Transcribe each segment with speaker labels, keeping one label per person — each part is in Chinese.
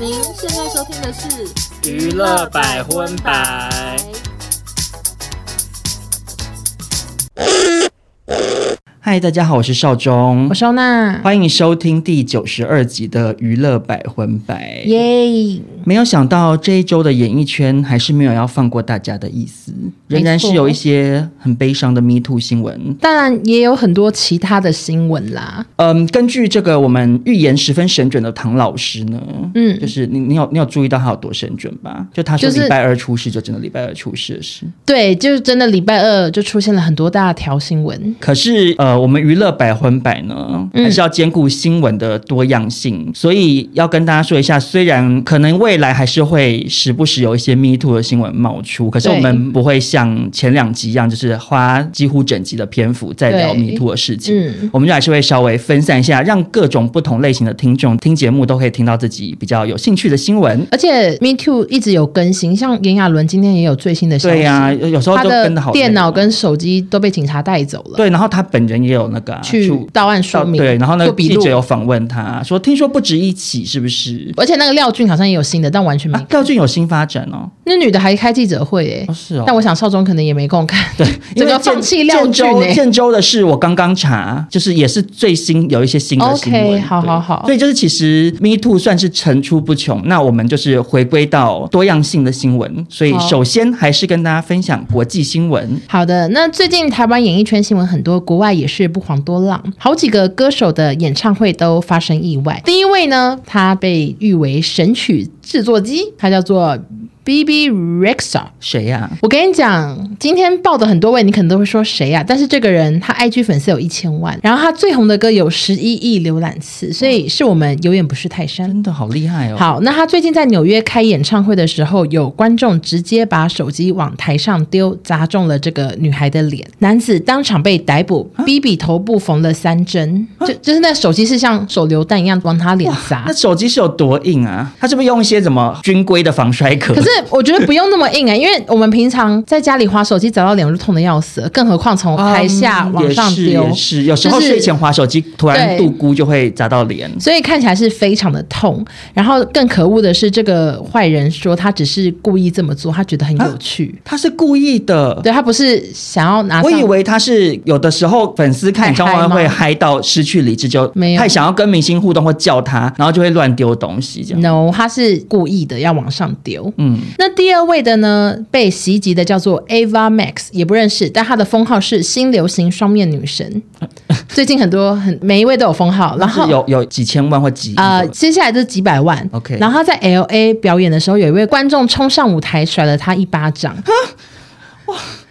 Speaker 1: 您现在收听的是《
Speaker 2: 娱乐百分百》。
Speaker 3: 嗨，大家好，我是少中
Speaker 1: 我，收纳，
Speaker 3: 欢迎收听第九十二集的娱乐百分百。
Speaker 1: 耶！
Speaker 3: 没有想到这一周的演艺圈还是没有要放过大家的意思，仍然是有一些很悲伤的 Me Too 新闻。
Speaker 1: 当然也有很多其他的新闻啦。
Speaker 3: 嗯，根据这个我们预言十分神准的唐老师呢，
Speaker 1: 嗯
Speaker 3: 就是你你有你有注意到他有多神准吧？就他说
Speaker 1: 就是
Speaker 3: 礼拜二出事，就真的礼拜二出事的事。
Speaker 1: 对，就是真的礼拜二就出现了很多大条新闻。
Speaker 3: 可是，呃，我们娱乐百分百呢，
Speaker 1: 嗯
Speaker 3: 还是要兼顾新闻的多样性，所以要跟大家说一下，虽然可能未来还是会时不时有一些 Me Too 的新闻冒出，可是
Speaker 1: 对
Speaker 3: 我们不会像前两集一样，就是花几乎整集的篇幅在聊
Speaker 1: 对
Speaker 3: Me Too 的事情。
Speaker 1: 嗯，
Speaker 3: 我们就还是会稍微分散一下，让各种不同类型的听众听节目都可以听到自己比较有兴趣的新闻。
Speaker 1: 而且 Me Too 一直有更新，像炎亚纶今天也有最新的消息。
Speaker 3: 对呀、有有时候
Speaker 1: 他
Speaker 3: 就跟的
Speaker 1: 的
Speaker 3: 好累
Speaker 1: 电脑
Speaker 3: 哦
Speaker 1: 跟手机都被警察带走了，
Speaker 3: 对，然后他本人也有那个、啊、
Speaker 1: 去
Speaker 3: 出
Speaker 1: 到案说明，
Speaker 3: 对，然后呢
Speaker 1: 做，笔
Speaker 3: 记
Speaker 1: 录
Speaker 3: 者。有访问他说，听说不止一起，是不是？
Speaker 1: 而且那个廖俊好像也有新的，但完全没
Speaker 3: 啊，廖俊有新发展哦，
Speaker 1: 那女的还开记者会诶、
Speaker 3: 哦是哦
Speaker 1: 但。我想少中可能也没空看。 对，
Speaker 3: 因
Speaker 1: 整
Speaker 3: 为
Speaker 1: 个
Speaker 3: 建
Speaker 1: 放弃廖
Speaker 3: 建
Speaker 1: 俊
Speaker 3: 州
Speaker 1: 诶、
Speaker 3: 建州的事，我刚刚查，就是也是最新有一些新的新闻。
Speaker 1: OK，好
Speaker 3: 对
Speaker 1: 好好
Speaker 3: 所以就是其实 Me Too 算是层出不穷。那我们就是回归到多样性的新闻，所以
Speaker 1: 好
Speaker 3: 首先还是跟大家分享国际新闻。
Speaker 1: 好的，那最近台湾演艺圈新闻很多，国外也是不遑多让，好几个歌手的演唱会都发生意外。第一位呢，他被誉为神曲制作机，他叫做 B B Rexa。
Speaker 3: 谁啊呀、
Speaker 1: 我跟你讲，今天报的很多位，你可能都会说谁呀、但是这个人他 IG 粉丝有一千万，然后他最红的歌有十一亿浏览次，所以是我们有眼不识泰山。
Speaker 3: 真的好厉害哦！
Speaker 1: 好，那他最近在纽约开演唱会的时候，有观众直接把手机往台上丢，砸中了这个女孩的脸。男子当场被逮捕，B
Speaker 3: 啊
Speaker 1: B 头部缝了三针，就就是那手机是像手榴弹一样往他脸砸
Speaker 3: 那。手机是有多硬啊？他是不是用一些什么军规的防摔壳？
Speaker 1: 可是我觉得不用那么硬啊、因为我们平常在家里划手机砸到脸我就痛得要死了，更何况从台下
Speaker 3: 嗯
Speaker 1: 往上丢。
Speaker 3: 也是也是，有时候
Speaker 1: 就是
Speaker 3: 睡前滑手机，突然
Speaker 1: 对
Speaker 3: 度孤就会砸到脸。
Speaker 1: 所以看起来是非常的痛，然后更可恶的是，这个坏人说他只是故意这么做，他觉得很
Speaker 3: 啊
Speaker 1: 有趣，
Speaker 3: 他是故意的，
Speaker 1: 对他不是想要拿
Speaker 3: 我以
Speaker 1: 上。
Speaker 3: 为他是有的时候粉丝看演唱
Speaker 1: 太嗨
Speaker 3: 会
Speaker 1: 吗
Speaker 3: 会嗨到失去理智，就
Speaker 1: 没有
Speaker 3: 太想要跟明星互动或叫他，然后就会乱丢东西这样。
Speaker 1: No，他是故意的要往上丢。
Speaker 3: 嗯，
Speaker 1: 那第二位的呢，被袭击的叫做 Ava Max，也不认识，但她的封号是新流行双面 女神。最近很多很每一位都有封号，然后
Speaker 3: 是有有几千万或几亿的
Speaker 1: 呃，接下来就是几百万。
Speaker 3: OK
Speaker 1: 然后他在 L A 表演的时候，有一位观众冲上舞台甩了他一巴掌。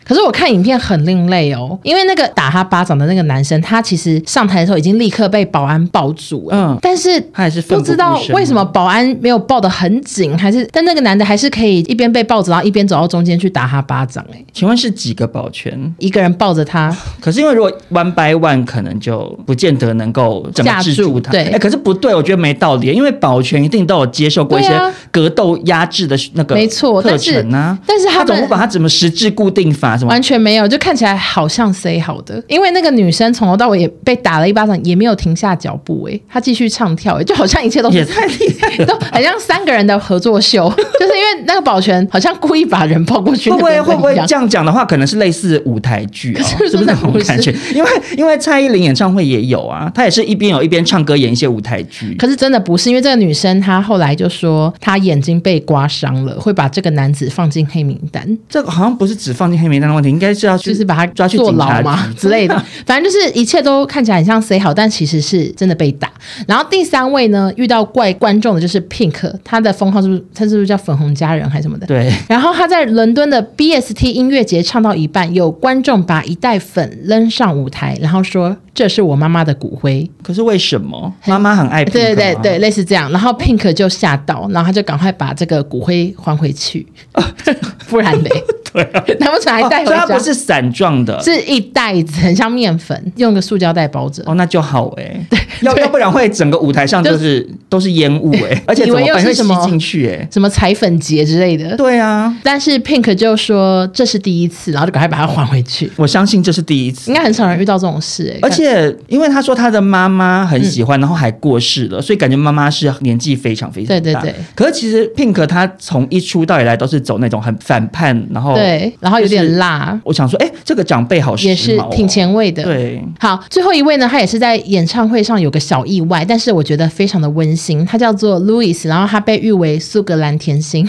Speaker 1: 可是我看影片很另类哦，因为那个打他巴掌的那个男生，他其实上台的时候已经立刻被保安抱住了，
Speaker 3: 嗯
Speaker 1: 但是
Speaker 3: 他还是奋
Speaker 1: 不
Speaker 3: 不
Speaker 1: 知道
Speaker 3: 顾身
Speaker 1: 为什么保安没有抱得很紧，还是但那个男的还是可以一边被抱着，然后一边走到中间去打他巴掌、欸，
Speaker 3: 请问是几个保全？
Speaker 1: 一个人抱着他，
Speaker 3: 可是因为如果 one by one 可能就不见得能够整
Speaker 1: 架
Speaker 3: 个
Speaker 1: 住
Speaker 3: 制住他。
Speaker 1: 对
Speaker 3: 哎、可是不对，我觉得没道理，因为保全一定都有接受过一
Speaker 1: 对
Speaker 3: 些
Speaker 1: 啊
Speaker 3: 格斗压制的那个
Speaker 1: 没错
Speaker 3: 课程啊。
Speaker 1: 但是但是他
Speaker 3: 他
Speaker 1: 们
Speaker 3: 总不把他怎么实质固定法什么
Speaker 1: 完全没有，就看起来好像 say 好的，因为那个女生从头到尾也被打了一巴掌，也没有停下脚步、欸，她继续唱跳、欸，就好像一切 都
Speaker 3: 也
Speaker 1: 是
Speaker 3: 太厉害了。
Speaker 1: 都很像三个人的合作秀，就是因为那个保全好像故意把人抱过 去，
Speaker 3: 会不会
Speaker 1: 那个
Speaker 3: 会
Speaker 1: 人
Speaker 3: 不会
Speaker 1: 一样
Speaker 3: 这样讲的话，可能是类似舞台剧哦，不是那
Speaker 1: 是真的
Speaker 3: 种
Speaker 1: 不是
Speaker 3: 感觉？因为因为蔡依林演唱会也有啊，她也是一边有一边唱歌演一些舞台剧。
Speaker 1: 可是真的不是，因为这个女生她后来就说她眼睛被刮伤了，会把这个男子放进黑名单，
Speaker 3: 这个好像不是只放进黑名单的问题，应该是要去
Speaker 1: 就是把他
Speaker 3: 抓去
Speaker 1: 坐
Speaker 3: 警察
Speaker 1: 牢嘛
Speaker 3: 局
Speaker 1: 之类的，反正就是一切都看起来很像 say 好，但其实是真的被打。然后第三位呢，遇到怪观众的就是 Pink，他的封号是不是他是不是叫粉红佳人还是什么的？
Speaker 3: 对，
Speaker 1: 然后他在伦敦的 BST 音乐节唱到一半，有观众把一袋粉扔上舞台，然后说这是我妈妈的骨灰。
Speaker 3: 可是为什 么妈妈很爱拼
Speaker 1: 对对对
Speaker 3: 狗啊
Speaker 1: 对，类似这样。然后 Pink 就吓到，然后他就赶快把这个骨灰还回去，不然嘞，
Speaker 3: 对啊，
Speaker 1: 难不成还带
Speaker 3: 哦
Speaker 1: 回
Speaker 3: 所以它
Speaker 1: 家？
Speaker 3: 不是散状的，
Speaker 1: 是一袋子，很像面粉，用个塑胶袋包着。
Speaker 3: 哦，那就好哎、 要要不然会整个舞台上
Speaker 1: 就
Speaker 3: 就是都是烟雾哎，而且怎么
Speaker 1: 以为又
Speaker 3: 办
Speaker 1: 是
Speaker 3: 会吸
Speaker 1: 什么
Speaker 3: 进去哎、
Speaker 1: 什么彩粉节之类的，
Speaker 3: 对啊，
Speaker 1: 但是 Pink 就说这是第一次，然后就赶快把它还回去。
Speaker 3: 我相信这是第一次
Speaker 1: 应。该很少人遇到这种事、欸，
Speaker 3: 而且，因为他说他的妈妈
Speaker 1: 嗯
Speaker 3: 很喜欢，然后还过世了，所以感觉妈妈是年纪非常非常大。
Speaker 1: 对对对。
Speaker 3: 可是其实 Pink 她从一出道以来都是走那种很反叛，然后
Speaker 1: 对，然后有点辣，
Speaker 3: 我想说，哎、这个长辈好时髦、哦，
Speaker 1: 也是挺前卫的。。
Speaker 3: 对，
Speaker 1: 好，最后一位呢，他也是在演唱会上有个小意外，但是我觉得非常的温馨。他叫做 Louis，然后他被誉为苏格兰 甜心。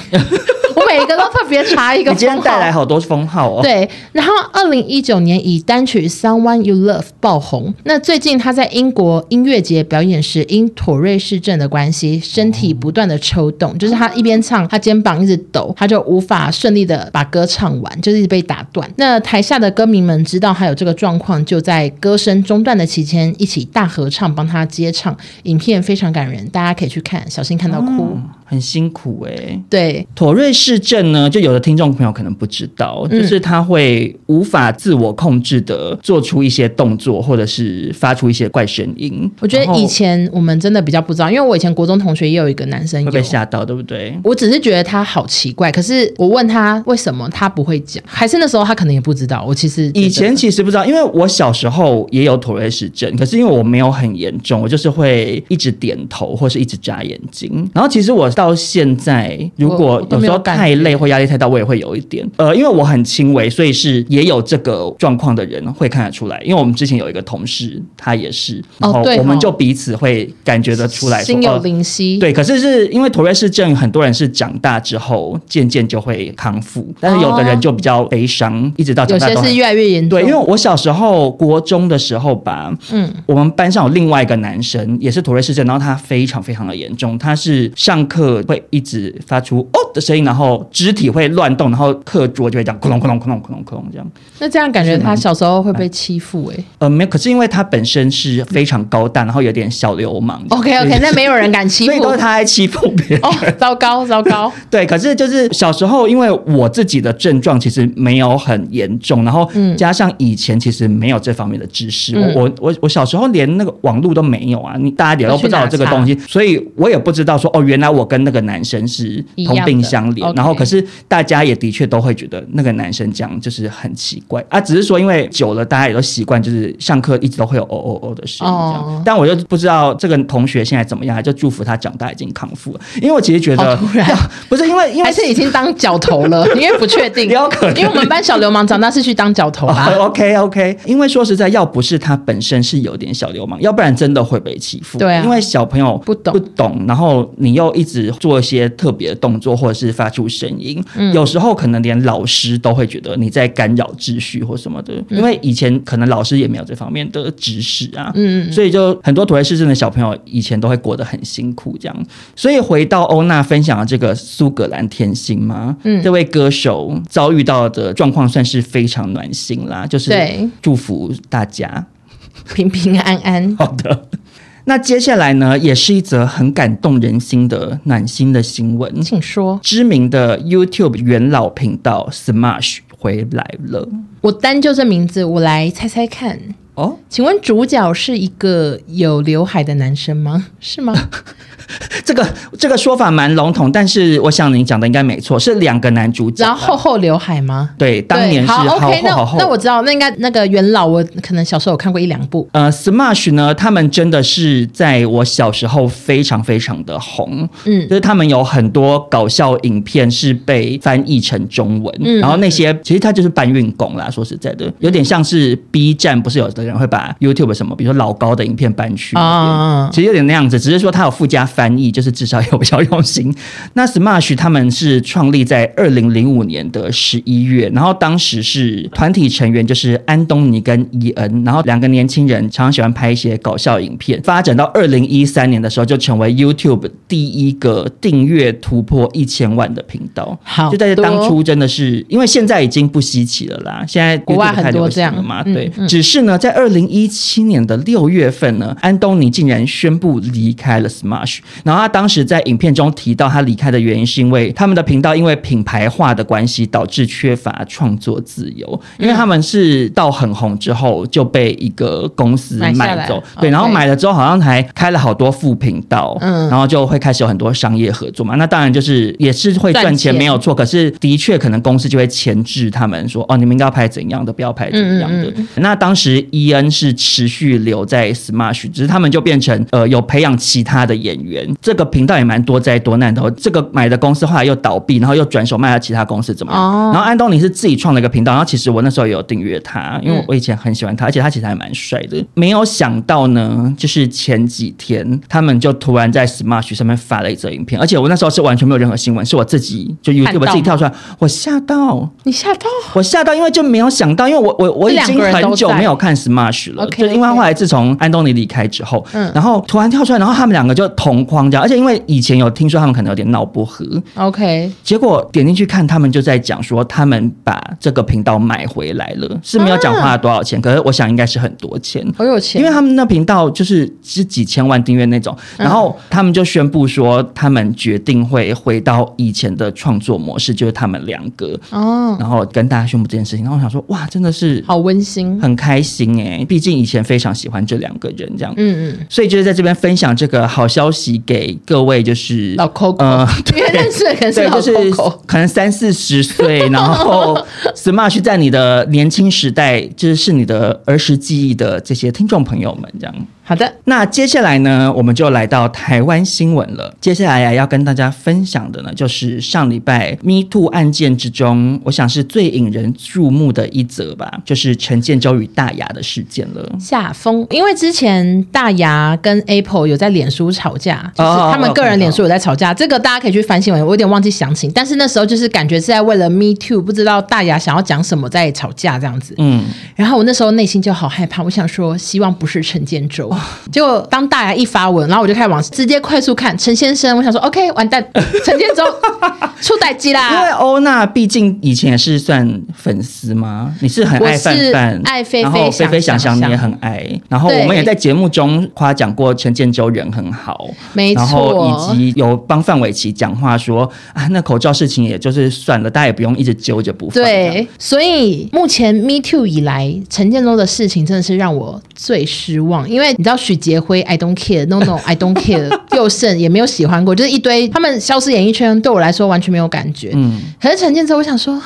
Speaker 1: 我每一个都特别查一个
Speaker 3: 你今
Speaker 1: 封
Speaker 3: 天
Speaker 1: 号。
Speaker 3: 带来好多封号哦。
Speaker 1: 对，然后二零一九年以单曲《Someone You Love》爆红。那最近他在英国音乐节表演时，因妥瑞氏症的关系，身体不断的抽
Speaker 3: 哦
Speaker 1: 动，就是他一边唱，他肩膀一直抖，他就无法顺利的把歌唱完，就是一直被打断。那台下的歌迷们知道他有这个状况，就在歌声中断的期间一起大合唱，帮他接唱。影片非常感人，大家可以去看，小心看到哭。
Speaker 3: 嗯很辛苦哎、
Speaker 1: 对，
Speaker 3: 妥瑞氏症呢，就有的听众朋友可能不知道，
Speaker 1: 嗯
Speaker 3: 就是他会无法自我控制的做出一些动作，或者是发出一些怪声音。
Speaker 1: 我觉
Speaker 3: 然
Speaker 1: 得
Speaker 3: 后
Speaker 1: 以前我们真的比较不知道，因为我以前国中同学也有一个男生
Speaker 3: 会
Speaker 1: 有
Speaker 3: 被吓到，对不对？
Speaker 1: 我只是觉得他好奇怪，可是我问他为什么他不会讲，还是那时候他可能也不知道。我其实觉得
Speaker 3: 以前其实不知道，因为我小时候也有妥瑞氏症，可是因为我没有很严重，我就是会一直点头或是一直眨眼睛。然后其实我到现在，如
Speaker 1: 我
Speaker 3: 果
Speaker 1: 我都
Speaker 3: 有时
Speaker 1: 没有
Speaker 3: 候
Speaker 1: 感
Speaker 3: 太
Speaker 1: 觉
Speaker 3: 累或压力太大，我也会有一点。呃，因为我很轻微，所以是也有这个状况的人会看得出来。因为我们之前有一个同事，他也是，然
Speaker 1: 哦
Speaker 3: 后
Speaker 1: 对
Speaker 3: 我们
Speaker 1: 哦
Speaker 3: 就彼此会感觉得出来说，
Speaker 1: 心有
Speaker 3: 哦
Speaker 1: 灵犀，
Speaker 3: 对，可是是因为妥瑞氏症，很多人是长大之后渐渐就会康复，但是有的人就比较悲伤，一直到
Speaker 1: 哦
Speaker 3: 长
Speaker 1: 有
Speaker 3: 大
Speaker 1: 些
Speaker 3: 都很
Speaker 1: 是越来越严重。
Speaker 3: 对，因为我小时候国中的时候吧，
Speaker 1: 嗯，
Speaker 3: 我们班上有另外一个男生也是妥瑞氏症，然后他非常非常的严重，他是上课会一直发出哦的声音，然后肢体会乱动，然后课桌就会这样咕隆咕隆咕隆咕隆咕隆这样。
Speaker 1: 那这样感觉他小时候会被欺负哎、
Speaker 3: 呃，没有，可是因为他本身是非常高大，然后有点小流氓。
Speaker 1: OK
Speaker 3: 所
Speaker 1: OK，
Speaker 3: 以
Speaker 1: 那没有人敢欺
Speaker 3: 所以
Speaker 1: 负
Speaker 3: 都。是他在欺负别人。
Speaker 1: 哦，糟糕糟糕，
Speaker 3: 对，可是就是小时候，因为我自己的症状其实没有很严重，然后
Speaker 1: 嗯
Speaker 3: 加上以前其实没有这方面的知识，
Speaker 1: 嗯
Speaker 3: 我我我我小时候连那个网络都没有啊，你大家也都不知道这个东西，所以我也不知道说哦，原来我跟那个男生是同病相
Speaker 1: 一
Speaker 3: 怜
Speaker 1: 样。的
Speaker 3: 然后
Speaker 1: OK
Speaker 3: 可是大家也的确都会觉得那个男生这样就是很奇怪啊，只是说因为久了大家也都习惯，就是上课一直都会有哦哦哦的声音这样。
Speaker 1: 哦
Speaker 3: 但我就不知道这个同学现在怎么样，就祝福他长大已经康复了，因为我其实觉
Speaker 1: 好
Speaker 3: 得
Speaker 1: 突然，
Speaker 3: 不是因为因为
Speaker 1: 还是已经当角头 了，因为不确定，
Speaker 3: 有可能
Speaker 1: 因为我们班小流氓长大是去当角头 啊 啦。
Speaker 3: o k OK，因为说实在，要不是他本身是有点小流氓，要不然真的会被欺负。
Speaker 1: 对啊
Speaker 3: 因为小朋友
Speaker 1: 不懂
Speaker 3: 不懂，然后你又一直做一些特别的动作，或者是发出声音，
Speaker 1: 嗯
Speaker 3: 有时候可能连老师都会觉得你在干扰秩序或什么的，因为以前可能老师也没有这方面的知识啊。
Speaker 1: 嗯嗯嗯
Speaker 3: 所以就很多土瑞士症的小朋友以前都会过得很辛苦这样。所以回到欧娜分享的这个苏格兰甜心嘛，
Speaker 1: 嗯
Speaker 3: 这位歌手遭遇到的状况算是非常暖心啦，就是
Speaker 1: 对
Speaker 3: 祝福大家。
Speaker 1: 平平安安。
Speaker 3: 好的。那接下来呢，也是一则很感动人心的暖心的新闻。
Speaker 1: 请说，
Speaker 3: 知名的 YouTube 元老频道 Smash 回来了
Speaker 1: 我单就这名字，我来猜猜看。
Speaker 3: 哦，
Speaker 1: 请问主角是一个有刘海的男生吗？是吗？
Speaker 3: 这个这个说法蛮笼统，但是我想您讲的应该没错，是两个男主角啦。
Speaker 1: 然后厚厚刘海吗？
Speaker 3: 对，当年
Speaker 1: 对
Speaker 3: 是
Speaker 1: 好
Speaker 3: 好
Speaker 1: OK，
Speaker 3: 厚
Speaker 1: 那
Speaker 3: 好厚。
Speaker 1: 那我知道，那应该那个元老，我可能小时候有看过一两部。
Speaker 3: 呃，Smash 呢，他们真的是在我小时候非常非常的红，
Speaker 1: 嗯
Speaker 3: 就，是他们有很多搞笑影片是被翻译成中文，
Speaker 1: 嗯
Speaker 3: 然后那些其实它就是搬运工啦。说实在的，有点像是 B 站，不是有的人会把 YouTube 什么，比如说老高的影片搬去那边
Speaker 1: 啊
Speaker 3: 其实有点那样子，只是说它有附加翻译，就是至少有比较用心。 那 Smash 他们是创立在二零零五年的十一月，然后当时是团体成员就是安东尼跟伊恩，然后两个年轻人常常喜欢拍一些搞笑影片，发展到二零一三年的时候就成为 YouTube 第一个订阅突破一千万的频道。
Speaker 1: 好
Speaker 3: 就在
Speaker 1: 多
Speaker 3: 当初真的是，因为现在已经不稀奇了啦，现在
Speaker 1: 国外
Speaker 3: YouTube 太
Speaker 1: 很多
Speaker 3: 流行
Speaker 1: 这样
Speaker 3: 了嘛，
Speaker 1: 嗯
Speaker 3: 对，
Speaker 1: 嗯
Speaker 3: 只是呢，在二零一七年的六月份呢，安东尼竟然宣布离开了 Smash，然后他他当时在影片中提到，他离开的原因是因为他们的频道因为品牌化的关系，导致缺乏创作自由，
Speaker 1: 嗯
Speaker 3: 因为他们是到很红之后就被一个公司
Speaker 1: 买下
Speaker 3: 买
Speaker 1: 来哦
Speaker 3: 走，
Speaker 1: OK
Speaker 3: 对，然后买了之后好像还开了好多副频道，
Speaker 1: 嗯
Speaker 3: 嗯，然后就会开始有很多商业合作嘛。那当然就是也是会赚
Speaker 1: 赚
Speaker 3: 钱
Speaker 1: 钱
Speaker 3: 没有错，可是的确可能公司就会钳制他们说，哦，你们应该要拍怎样的，不要拍怎样的。
Speaker 1: 嗯嗯
Speaker 3: 那当时伊恩是持续留在 Smash，只是他们就变成呃有培养其他的演员，这个频道也蛮多灾多难的哦。这个买的公司后来又倒闭，然后又转手卖到其他公司，怎么样？
Speaker 1: 哦
Speaker 3: 然后安东尼是自己创了一个频道，然后其实我那时候也有订阅他，因为我以前很喜欢他，而且他其实还蛮帅的。没有想到呢，就是前几天他们就突然在 Smash 上面发了一则影片，而且我那时候是完全没有任何新闻，是我自己就 YouTube
Speaker 1: 看到
Speaker 3: 自己跳出来，我吓到，
Speaker 1: 你吓到
Speaker 3: 我吓到，因为就没有想到，因为我我我已
Speaker 1: 这两
Speaker 3: 经
Speaker 1: 个人都
Speaker 3: 很久
Speaker 1: 在
Speaker 3: 没有看 Smash 了，
Speaker 1: OK，
Speaker 3: 就因为
Speaker 1: OK
Speaker 3: 后来自从安东尼离开之后，
Speaker 1: 嗯
Speaker 3: 然后突然跳出来，然后他们两个就同框这样，而且因为以前有听说他们可能有点闹不和，
Speaker 1: ？OK，
Speaker 3: 结果点进去看，他们就在讲说他们把这个频道买回来了，是没有
Speaker 1: 啊
Speaker 3: 讲花了多少钱，可是我想应该是很多钱。
Speaker 1: 好有钱，
Speaker 3: 因为他们那频道就是是几千万订阅那种，
Speaker 1: 嗯
Speaker 3: 然后他们就宣布说，他们决定会回到以前的创作模式，就是他们两个，
Speaker 1: 哦，
Speaker 3: 然后跟大家宣布这件事情。然后我想说，哇，真的是
Speaker 1: 好温馨。
Speaker 3: 很开心哎、毕竟以前非常喜欢这两个人这样。
Speaker 1: 嗯嗯，
Speaker 3: 所以就是在这边分享这个好消息给各位，就是
Speaker 1: 老 Coco，、
Speaker 3: 呃，
Speaker 1: 因为认识的可能是
Speaker 3: 对，
Speaker 1: 老
Speaker 3: 就是
Speaker 1: Coco，、
Speaker 3: 可能三四十岁，然 后 Smash 在你的年轻时代，就是是你的儿时记忆的这些听众朋友们这样。
Speaker 1: 好的，
Speaker 3: 那接下来呢，我们就来到台湾新闻了。接下来呀、要跟大家分享的呢，就是上礼拜 Me Too 案件之中，我想是最引人注目的一则吧，就是陈建州与大牙的事件了。
Speaker 1: 下风，因为之前大牙跟 Apple 有在脸书吵架，就是
Speaker 3: 哦
Speaker 1: 他们个
Speaker 3: 我有看到
Speaker 1: 人脸书有在吵架，这个大家可以去翻新闻，我有点忘记详情，但是那时候就是感觉是在为了 Me Too，不知道大牙想要讲什么在吵架这样子。
Speaker 3: 嗯，
Speaker 1: 然后我那时候内心就好害怕，我想说希望不是陈建州。结果当大牙一发文，然后我就开始往直接快速看陈先生，我想说 OK 完蛋， 陈建州出代机
Speaker 3: 因为
Speaker 1: 啦。
Speaker 3: 欧娜毕竟以前也是算粉丝吗？你是很爱范范
Speaker 1: 我，是爱菲菲
Speaker 3: 然后菲菲想
Speaker 1: 想
Speaker 3: 想
Speaker 1: 想
Speaker 3: 你也很爱，然后我们
Speaker 1: 对
Speaker 3: 也在节目中夸奖过陈建州人很好，
Speaker 1: 没错
Speaker 3: 然后以及有帮范玮琪讲话说啊，那口罩事情也就是算了，大家也不用一直揪着不放。这样
Speaker 1: 对，所以目前 Me Too 以来，陈建州的事情真的是让我最失望，因为你知道许杰辉 I don't care no no I don't care 佑胜也没有喜欢过，就是一堆他们消失演艺圈，对我来说完全没有感觉。
Speaker 3: 嗯，
Speaker 1: 可是陈建州，我想说，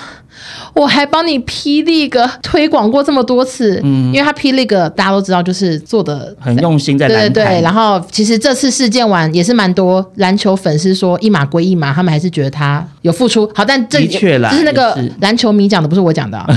Speaker 1: 我还帮你 P League 推广过这么多次，
Speaker 3: 嗯
Speaker 1: 因为他 P League 大家都知道，就是做的
Speaker 3: 很用心在
Speaker 1: 对对
Speaker 3: 蓝
Speaker 1: 对，
Speaker 3: 台
Speaker 1: 然后其实这次事件完也是蛮多篮球粉丝说一码归一码，他们还是觉得他有付出。好，但这
Speaker 3: 的确啦
Speaker 1: 就是那个
Speaker 3: 也是
Speaker 1: 篮球迷讲的，不是我讲的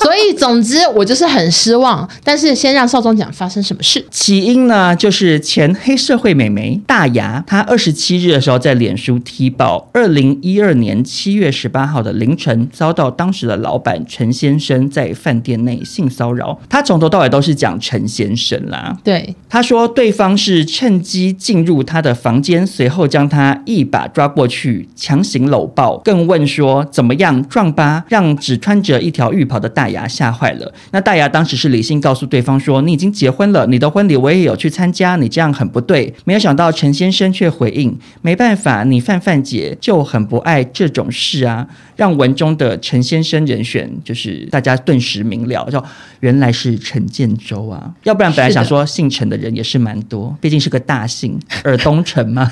Speaker 1: 啊、所以总之我就是很失望。但是先让少宗讲发生什么事。
Speaker 3: 起因呢，就是前黑社会美眉大牙，她二十七日的时候在脸书踢爆，二零一二年七月十八号的凌晨，遭到当时的老板陈先生在饭店内性骚扰。她从头到尾都是讲陈先生啦。
Speaker 1: 对，
Speaker 3: 她说对方是趁机进入她的房间，随后将她一把抓过去，强行搂抱，更问说怎么样撞吧，让只穿着一条浴袍的大牙吓坏了。那大牙当时是理性告诉对方说你已经结婚了，你的婚礼我也有去参加，你这样很不对。没有想到陈先生却回应没办法，你范范姐就很不爱这种事啊，让文中的陈先生人选就是大家顿时明了，就原来是陈建州啊，要不然本来想
Speaker 1: 是的
Speaker 3: 说。说姓陈的人也是蛮多，毕竟是个大姓， 尔东陈嘛。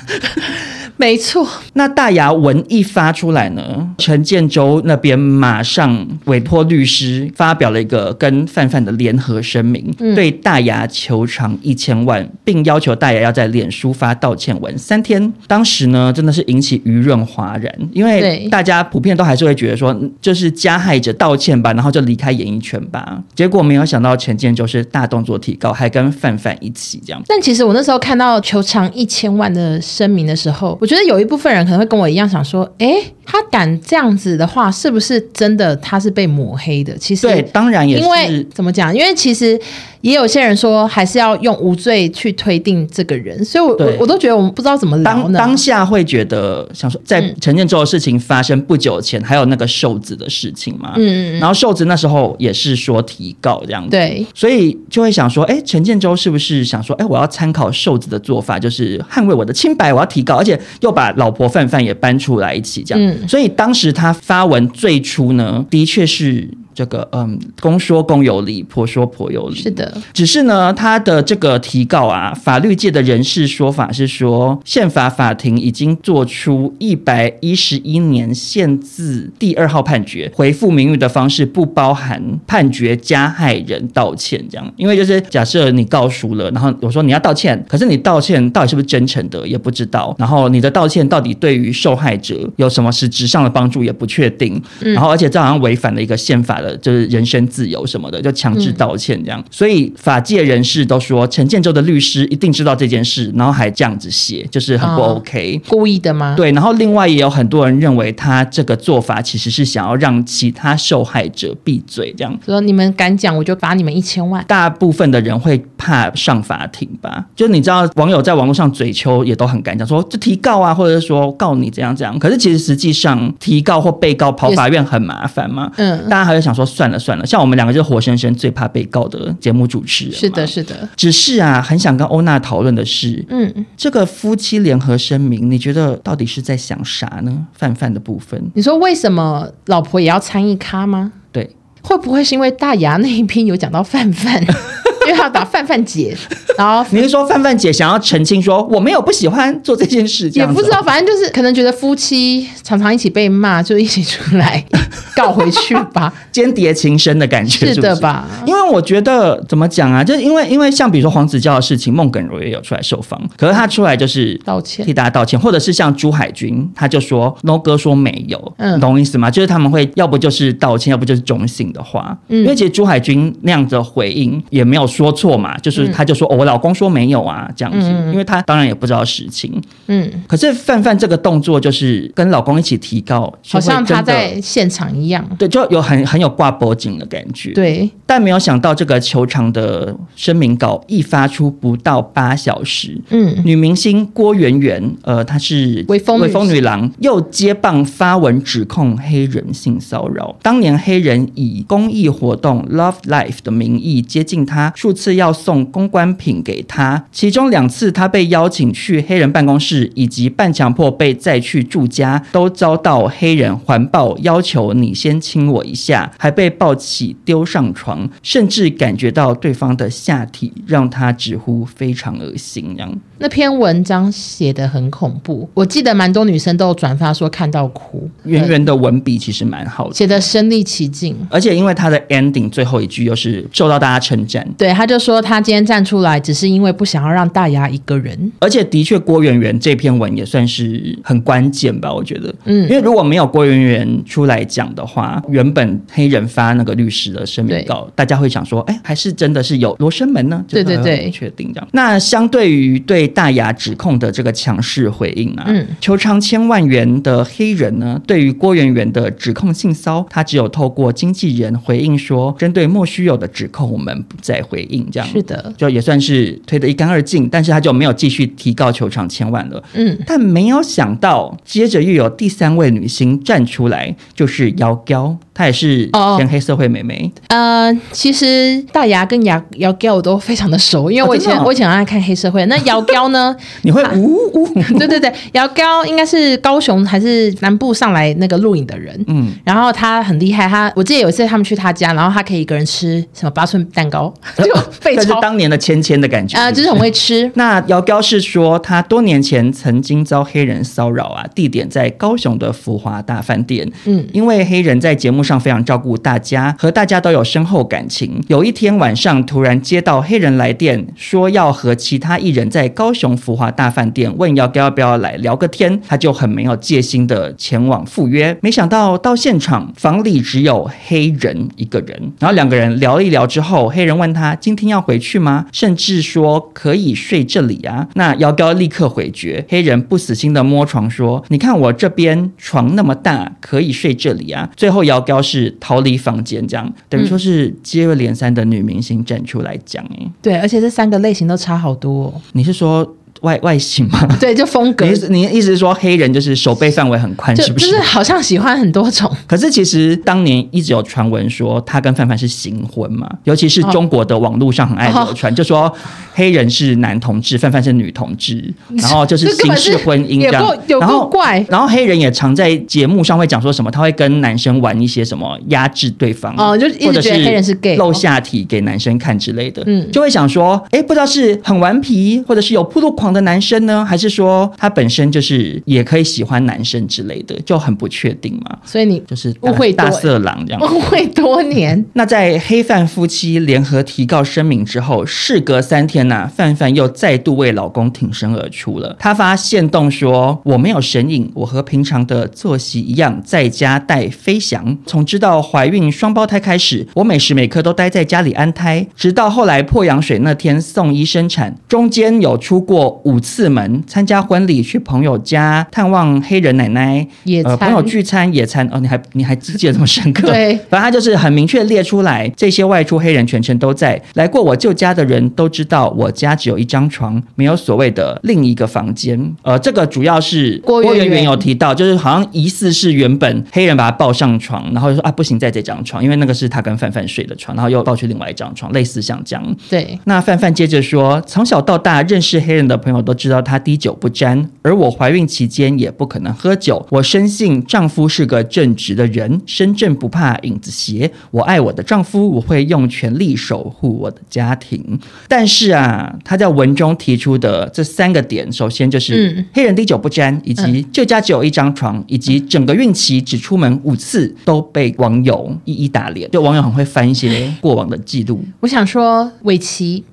Speaker 1: 没错，
Speaker 3: 那大牙文一发出来呢，陈建州那边马上委托律师发表了一个跟范范的联合声明，对大牙求偿一千万，并要求大牙要在脸书发道歉文三天。当时呢，真的是引起舆论哗然，因为
Speaker 1: 对
Speaker 3: 大家普遍都还是会觉得说，嗯就是加害者道歉吧，然后就离开演艺圈吧。结果没有想到陈建州是大动作提高，还跟范范一起这样。
Speaker 1: 但其实我那时候看到球场一千万的声明的时候，我觉得有一部分人可能会跟我一样想说，哎，他敢这样子的话，是不是真的他是被抹黑的？其实
Speaker 3: 对，当然也是
Speaker 1: 因为怎么讲？因为其实也有些人说，还是要用无罪去推定这个人，所以我我
Speaker 3: 对
Speaker 1: 我都觉得我们不知道怎么聊
Speaker 3: 当
Speaker 1: 呢。嗯
Speaker 3: 当下会觉得想说，在陈建州的事情发生不久前，还有那个瘦子的事情嘛，
Speaker 1: 嗯嗯嗯，
Speaker 3: 然后瘦子那时候也是说提告这样子，
Speaker 1: 对，
Speaker 3: 所以就会想说，哎，陈建州是不是想说，哎，我要参考瘦子的做法，就是捍卫我的清白，我要提高，而且又把老婆范范也搬出来一起这样。
Speaker 1: 嗯
Speaker 3: 所以当时他发文最初呢，的确是这个，嗯，公说公有理，婆说婆有理，
Speaker 1: 是的，
Speaker 3: 只是呢，他的这个提告啊，法律界的人士说法是说，宪法法庭已经做出一百一十一年宪字第二号判决，回复名誉的方式不包含判决加害人道歉这样，因为就是假设你告输了，然后我说你要道歉，可是你道歉到底是不是真诚的也不知道，然后你的道歉到底对于受害者有什么实质上的帮助也不确定，然后而且这好像违反了一个宪法的，就是人身自由什么的，就强制道歉这样。所以法界人士都说，陈建州的律师一定知道这件事，然后还这样子写，就是很不
Speaker 1: 哦
Speaker 3: OK。
Speaker 1: 故意的吗？
Speaker 3: 对，然后另外也有很多人认为他这个做法其实是想要让其他受害者闭嘴，这样
Speaker 1: 说你们敢讲，我就罚你们一千万。
Speaker 3: 大部分的人会怕上法庭吧？就你知道，网友在网络上嘴丘也都很敢讲说，就提告啊，或者说告你怎样怎样。可是其实实际上提告或被告跑法院很麻烦嘛。
Speaker 1: 嗯，
Speaker 3: 大家还会想说算了算了，像我们两个就是活生生最怕被告的节目主持人。
Speaker 1: 是的，。是的，
Speaker 3: 只是啊，很想跟欧娜讨论的是，
Speaker 1: 嗯，
Speaker 3: 这个夫妻联合声明，你觉得到底是在想啥呢？范范的部分，
Speaker 1: 你说为什么老婆也要参与咖吗？
Speaker 3: 对，
Speaker 1: 会不会是因为大牙那一篇有讲到 范范，因为他要打范范姐，然后
Speaker 3: 你是说范范姐想要澄清说我没有不喜欢做这件事，这
Speaker 1: 也
Speaker 3: 样子
Speaker 1: 不知道，反正就是可能觉得夫妻常常一起被骂，就一起出来 告回去吧，
Speaker 3: 间谍情深的感觉，
Speaker 1: 是
Speaker 3: 不
Speaker 1: 的
Speaker 3: 是？
Speaker 1: 吧？
Speaker 3: 因为我觉得怎么讲啊，就是因为因为像比如说黄子佼的事情，孟耿如也有出来受访，可是他出来就是
Speaker 1: 道歉
Speaker 3: 替大家道歉，或者是像朱海军，他就说 No 哥说没有，
Speaker 1: 嗯
Speaker 3: 你懂我意思吗？就是他们会要不就是道歉，要不就是中性的话，
Speaker 1: 嗯
Speaker 3: 因为其实朱海军那样子的回应也没有说错嘛，就是
Speaker 1: 嗯
Speaker 3: 他就说、哦我老公说没有啊这样子，因为他当然也不知道实情，
Speaker 1: 嗯，
Speaker 3: 可是范范这个动作就是跟老公一起提高，是
Speaker 1: 好
Speaker 3: 会
Speaker 1: 像他
Speaker 3: 真的
Speaker 1: 在现场一样。
Speaker 3: 对就有很很有挂脖颈的感觉，。
Speaker 1: 对，
Speaker 3: 但没有想到，这个球场的声明稿一发出不到八小时，
Speaker 1: 嗯，
Speaker 3: 女明星郭媛媛，呃，她是
Speaker 1: 微风女
Speaker 3: 微风女郎，又接棒发文指控黑人性骚扰。当年黑人以公益活动 Love Life 的名义接近她，数次要送公关品给她，其中两次她被邀请去黑人办公室，以及半强迫被载去住家，都遭到黑人环抱要求你先亲我一下，还被抱起丢上床，甚至感觉到对方的下体，让她直呼非常恶心。这样。
Speaker 1: 那篇文章写的很恐怖，我记得蛮多女生都有转发说看到哭，
Speaker 3: 圆
Speaker 1: 呃
Speaker 3: 圆的文笔其实蛮好的，
Speaker 1: 写的身临其境。
Speaker 3: 而且因为他的 ending 最后一句又是受到大家称赞，
Speaker 1: 对，他就说他今天站出来，只是因为不想要让大牙一个人。
Speaker 3: 嗯而且的确郭圆圆这篇文也算是很关键吧，我觉得，
Speaker 1: 嗯
Speaker 3: 因为如果没有郭圆圆出来讲的话，原本黑人发那个律师的声明稿，大家会想说，哎，还是真的是有罗生门呢？
Speaker 1: 对对
Speaker 3: 就是
Speaker 1: 对
Speaker 3: 很确定这样。那相对于对大牙指控的这个强势回应啊，
Speaker 1: 嗯
Speaker 3: 求偿千万元的黑人呢，对于郭媛媛的指控性骚，他只有透过经纪人回应说，针对莫须有的指控，我们不再回应这样。
Speaker 1: 是的，
Speaker 3: 就也算是推得一干二净，但是他就没有继续提告球场千万了。
Speaker 1: 嗯，
Speaker 3: 但没有想到，接着又有第三位女星站出来，就是姚娇，她也是
Speaker 1: 哦
Speaker 3: 前黑社会妹妹。
Speaker 1: 呃，其实大牙跟牙姚彪我都非常的熟，因为
Speaker 3: 哦
Speaker 1: 我以
Speaker 3: 真的
Speaker 1: 前、
Speaker 3: 哦
Speaker 1: 我以前很爱看黑社会。那姚 彪呢，
Speaker 3: 你会呜呜，
Speaker 1: 对对对，姚高应该是高雄还是南部上来那个录影的人，
Speaker 3: 嗯，
Speaker 1: 然后他很厉害，他我记得有一次他们去他家，然后他可以一个人吃什么八寸蛋 糕，就 被
Speaker 3: 这是
Speaker 1: 抄，
Speaker 3: 当年的芊芊的感觉
Speaker 1: 啊，就是很会吃。
Speaker 3: 那姚彪是说，他多年前曾经遭黑人骚扰啊，地点在高雄的福华大饭店。
Speaker 1: 嗯
Speaker 3: 因为黑人在节目上非常照顾大家，和大家都有深厚感情。有一天晚上，突然接到黑人来电，说要和其他艺人在高高雄福华大饭店，问要要不要来聊个天，他就很没有戒心的前往赴约。没想到到现场，房里只有黑人一个人，然后两个人聊一聊之后，黑人问他今天要回去吗？甚至说可以睡这里啊。那姚高立刻回绝，黑人不死心的摸床说：“你看我这边床那么大，可以睡这里啊。”最后姚高是逃离房间，这样等于说是接二连三的女明星站出来讲、欸，
Speaker 1: 对，而且这三个类型都差好多、哦。
Speaker 3: 你是说外外形吗？
Speaker 1: 对，就风格
Speaker 3: 你，是你意思是说黑人就是手背范围很宽，
Speaker 1: 就是
Speaker 3: 不？
Speaker 1: 就是是好像喜欢很多种。
Speaker 3: 可是其实当年一直有传闻说他跟范范是行婚嘛，尤其是
Speaker 1: 哦
Speaker 3: 中国的网络上很爱流传，就说黑人是男同志，范范是女同志，然后就是
Speaker 1: 这根
Speaker 3: 形
Speaker 1: 本
Speaker 3: 式
Speaker 1: 是
Speaker 3: 婚姻
Speaker 1: 有
Speaker 3: 这样
Speaker 1: 够。有
Speaker 3: 然
Speaker 1: 够
Speaker 3: 后
Speaker 1: 怪
Speaker 3: 然后黑人也常在节目上会讲说什么，他会跟男生玩一些什么压制对方，
Speaker 1: 哦就一直
Speaker 3: 或者
Speaker 1: 觉得黑人是 gay 哦
Speaker 3: 露下体给男生看之类的，
Speaker 1: 嗯
Speaker 3: 就会想说，哎，不知道是很顽皮，或者是有铺路狂的男生呢，还是说他本身就是也可以喜欢男生之类的，就很不确定嘛。
Speaker 1: 所以你
Speaker 3: 就是
Speaker 1: 误
Speaker 3: 大
Speaker 1: 会多哦
Speaker 3: 大色狼这样。
Speaker 1: 误会多年，
Speaker 3: 那在黑范夫妻联合提告声明之后，事隔三天呐、范范又再度为老公挺身而出了。她发现动说：“我没有神隐，我和平常的作息一样，在家带飞翔。从知道怀孕双胞胎开始，我每时每刻都待在家里安胎，直到后来破羊水那天送医生产，中间有出过五次门，参加婚礼，去朋友家探望黑人奶奶，
Speaker 1: 野
Speaker 3: 呃，朋
Speaker 1: 餐
Speaker 3: 友聚餐野餐哦，你还你还记得这么深刻？
Speaker 1: 对
Speaker 3: 反正他就是很明确列出来，这些外出黑人全程都在来过我舅家的人都知道，我家只有一张床，没有所谓的另一个房间。呃，这个主要是
Speaker 1: 郭圆圆
Speaker 3: 圆有提到，就是好像疑似是原本黑人把他抱上床，然后就说啊不行，在这张床，因为那个是他跟范范睡的床，然后又抱去另外一张床，类似像这样。
Speaker 1: 对，
Speaker 3: 那范范接着说，从小到大认识黑人的朋友都知道他滴酒不沾，而我怀孕期间也不可能喝酒。我深信丈夫是个正直的人，身正不怕影子斜。我爱我的丈夫，我会用全力守护我的家庭。但是啊，他在文中提出的这三个点，首先就是、
Speaker 1: 嗯
Speaker 3: 黑人滴酒不沾，以及旧家只有一张床，以及整个孕期只出门五次，都被网友一一打脸。就网友很会翻一些过往的记录。
Speaker 1: 我想说 尾崎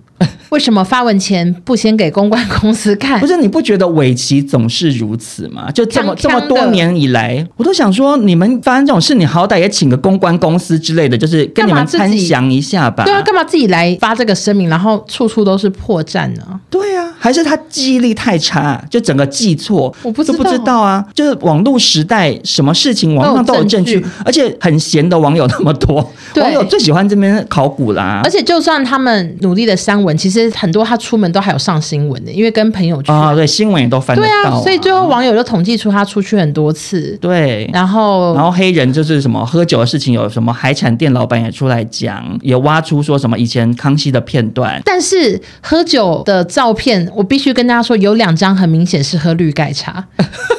Speaker 1: 为什么发文前不先给公关公司看
Speaker 3: 不？是你不觉得围棋总是如此吗？就这么
Speaker 1: 锵锵的
Speaker 3: 这么多年以来，我都想说，你们发生这种事，你好歹也请个公关公司之类的，就是跟你
Speaker 1: 干嘛
Speaker 3: 们
Speaker 1: 自己
Speaker 3: 参详一下吧。
Speaker 1: 对啊，干嘛自己来发这个声明，然后处处都是破绽呢？
Speaker 3: 对啊，还是他记忆力太差，就整个记错，
Speaker 1: 我不知
Speaker 3: 都
Speaker 1: 道
Speaker 3: 不知道啊。就是网络时代，什么事情网络上都有证
Speaker 1: 都有
Speaker 3: 据
Speaker 1: 证，
Speaker 3: 而且很闲的网友那么多，
Speaker 1: 对
Speaker 3: 网友最喜欢这边考古啦
Speaker 1: 而。且就算他们努力的删文，其实很多他出门都还有上新闻的，因为跟朋友去。
Speaker 3: 啊，对，新闻也都翻得
Speaker 1: 对
Speaker 3: 到、
Speaker 1: 啊，所以最后网友就统计出他出去很多次，
Speaker 3: 对，
Speaker 1: 然后
Speaker 3: 然后黑人就是什么喝酒的事情，有什么海产店老板也出来讲，也挖出说什么以前康熙的片段。
Speaker 1: 但是喝酒的照片，我必须跟大家说，有两张很明显是喝绿 盖茶，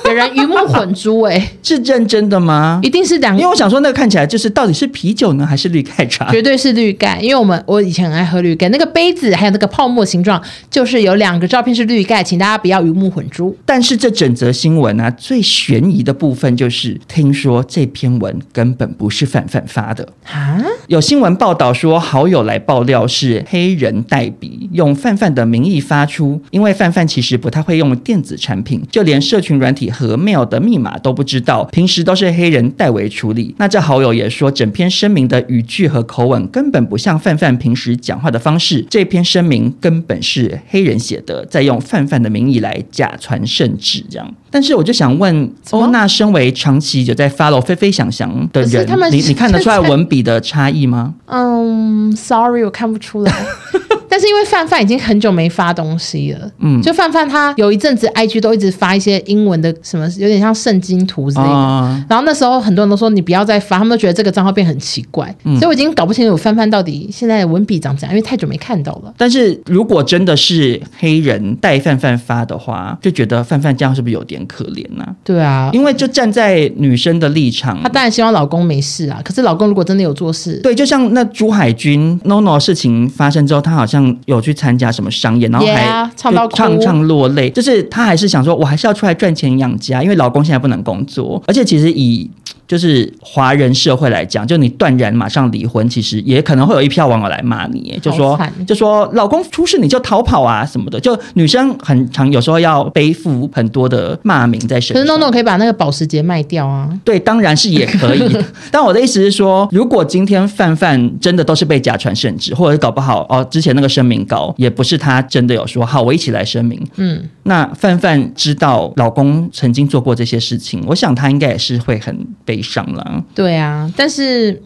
Speaker 1: 有人鱼目混珠、哎，
Speaker 3: 是认真的吗
Speaker 1: 一？定是两
Speaker 3: 因为，我想说，那个看起来就是到底是啤酒呢，还是绿盖 茶？
Speaker 1: 绝对是绿盖，因为我们我以前很爱喝绿盖，那个杯子还有那个泡沫形状，就是有两个照片是绿盖，请大家不要鱼目混珠。
Speaker 3: 但是这整则新闻啊，最悬疑的部分就是，听说这篇文根本不是范范发的，
Speaker 1: 啊，
Speaker 3: 有新闻报道说，好友来爆料是黑人代笔用范范的名义发出，因为范范其实不太会用电子产品，就连社群软体和 mail 的密码都不知道，平时都是黑人代为处理。那这好友也说，整篇声明的语句和口吻根本不像范范平时讲话的方式，这篇声明根本是黑人写的，再用范范的名义来假传圣旨这样。但是我就想问，
Speaker 1: 怎么
Speaker 3: 欧娜身为长期有在 follow 菲菲想想的
Speaker 1: 可是
Speaker 3: 呃人
Speaker 1: 他们，
Speaker 3: 你你看得出来
Speaker 1: 现在
Speaker 3: 文笔的差异吗？
Speaker 1: 嗯，sorry，我看不出来。 但是因为范范已经很久没发东西了，嗯，就范范他有一阵子 IG 都一直发一些英文的什么，有点像圣经图之类的，
Speaker 3: 啊，
Speaker 1: 然后那时候很多人都说你不要再发，他们都觉得这个账号变很奇怪，
Speaker 3: 嗯
Speaker 1: 所以我已经搞不清楚范范到底现在的文笔长怎样，因为太久没看到了。
Speaker 3: 但是如果真的是黑人带范范发的话，就觉得范范这样是不是有点可怜呢、
Speaker 1: 对啊，
Speaker 3: 因为就站在女生的立场
Speaker 1: 她，当然希望老公没事啊，可是老公如果真的有做事，
Speaker 3: 对，就像那朱海军 NONO 事情发生之后，他好像有去参加什么商演，然后还
Speaker 1: Yeah，唱到
Speaker 3: 就
Speaker 1: 哭
Speaker 3: 唱唱落泪，就是他还是想说，我还是要出来赚钱养家，因为老公现在不能工作，而且其实以。就是华人社会来讲，就你断然马上离婚，其实也可能会有一票网友来骂你，哎就
Speaker 1: 好
Speaker 3: 说
Speaker 1: 惨
Speaker 3: 就说老公出事你就逃跑啊什么的，就女生很常有时候要背负很多的骂名在身
Speaker 1: 可
Speaker 3: 上。
Speaker 1: 是诺诺可以把那个保时捷卖掉啊，
Speaker 3: 对，当然是也可以。 但我的意思是说，如果今天范范真的都是被假传圣旨，或者是搞不好哦，之前那个声明稿也不是她真的有说好，我一起来声明。
Speaker 1: 嗯，
Speaker 3: 那范范知道老公曾经做过这些事情，我想她应该也是会很悲伤啦。
Speaker 1: 对啊，但是。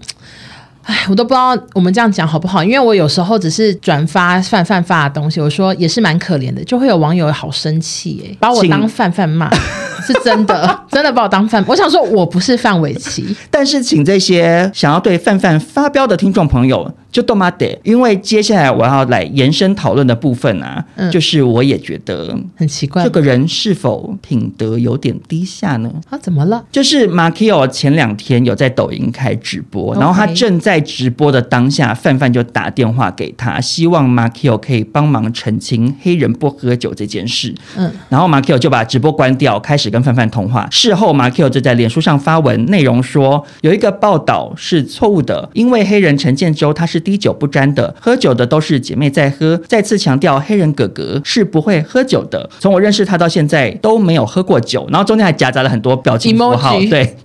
Speaker 1: 哎，我都不知道我们这样讲好不好，因为我有时候只是转发范范发的东西，我说也是蛮可怜的，就会有网友好生气哎、把我
Speaker 3: 请
Speaker 1: 当范 范骂，是真的，真的把我当范。我想说，我不是范玮 琪，
Speaker 3: 但是，请这些想要对范范发飙的听众朋友就动妈得，因为接下来我要来延伸讨论的部分啊，
Speaker 1: 嗯
Speaker 3: 就是我也觉得
Speaker 1: 很奇怪
Speaker 3: 这。个人是否品德有点低下呢？
Speaker 1: 啊，怎么了？
Speaker 3: 就是 Markio 前两天有在抖音开直播
Speaker 1: OK
Speaker 3: 然后他正在直播的当下，范范就打电话给他，希望 Markio 可以帮忙澄清黑人不喝酒这件事。
Speaker 1: 嗯，
Speaker 3: 然后 Markio 就把直播关掉，开始跟范范通话。事后 Markio 就在脸书上发文，内容说有一个报道是错误的，因为黑人陈建州他是滴酒不沾的，喝酒的都是姐妹在喝。再次强调，黑人哥哥是不会喝酒的，从我认识他到现在都没有喝过酒。然后中间还夹杂了很多表情符号
Speaker 1: Emoji
Speaker 3: 对。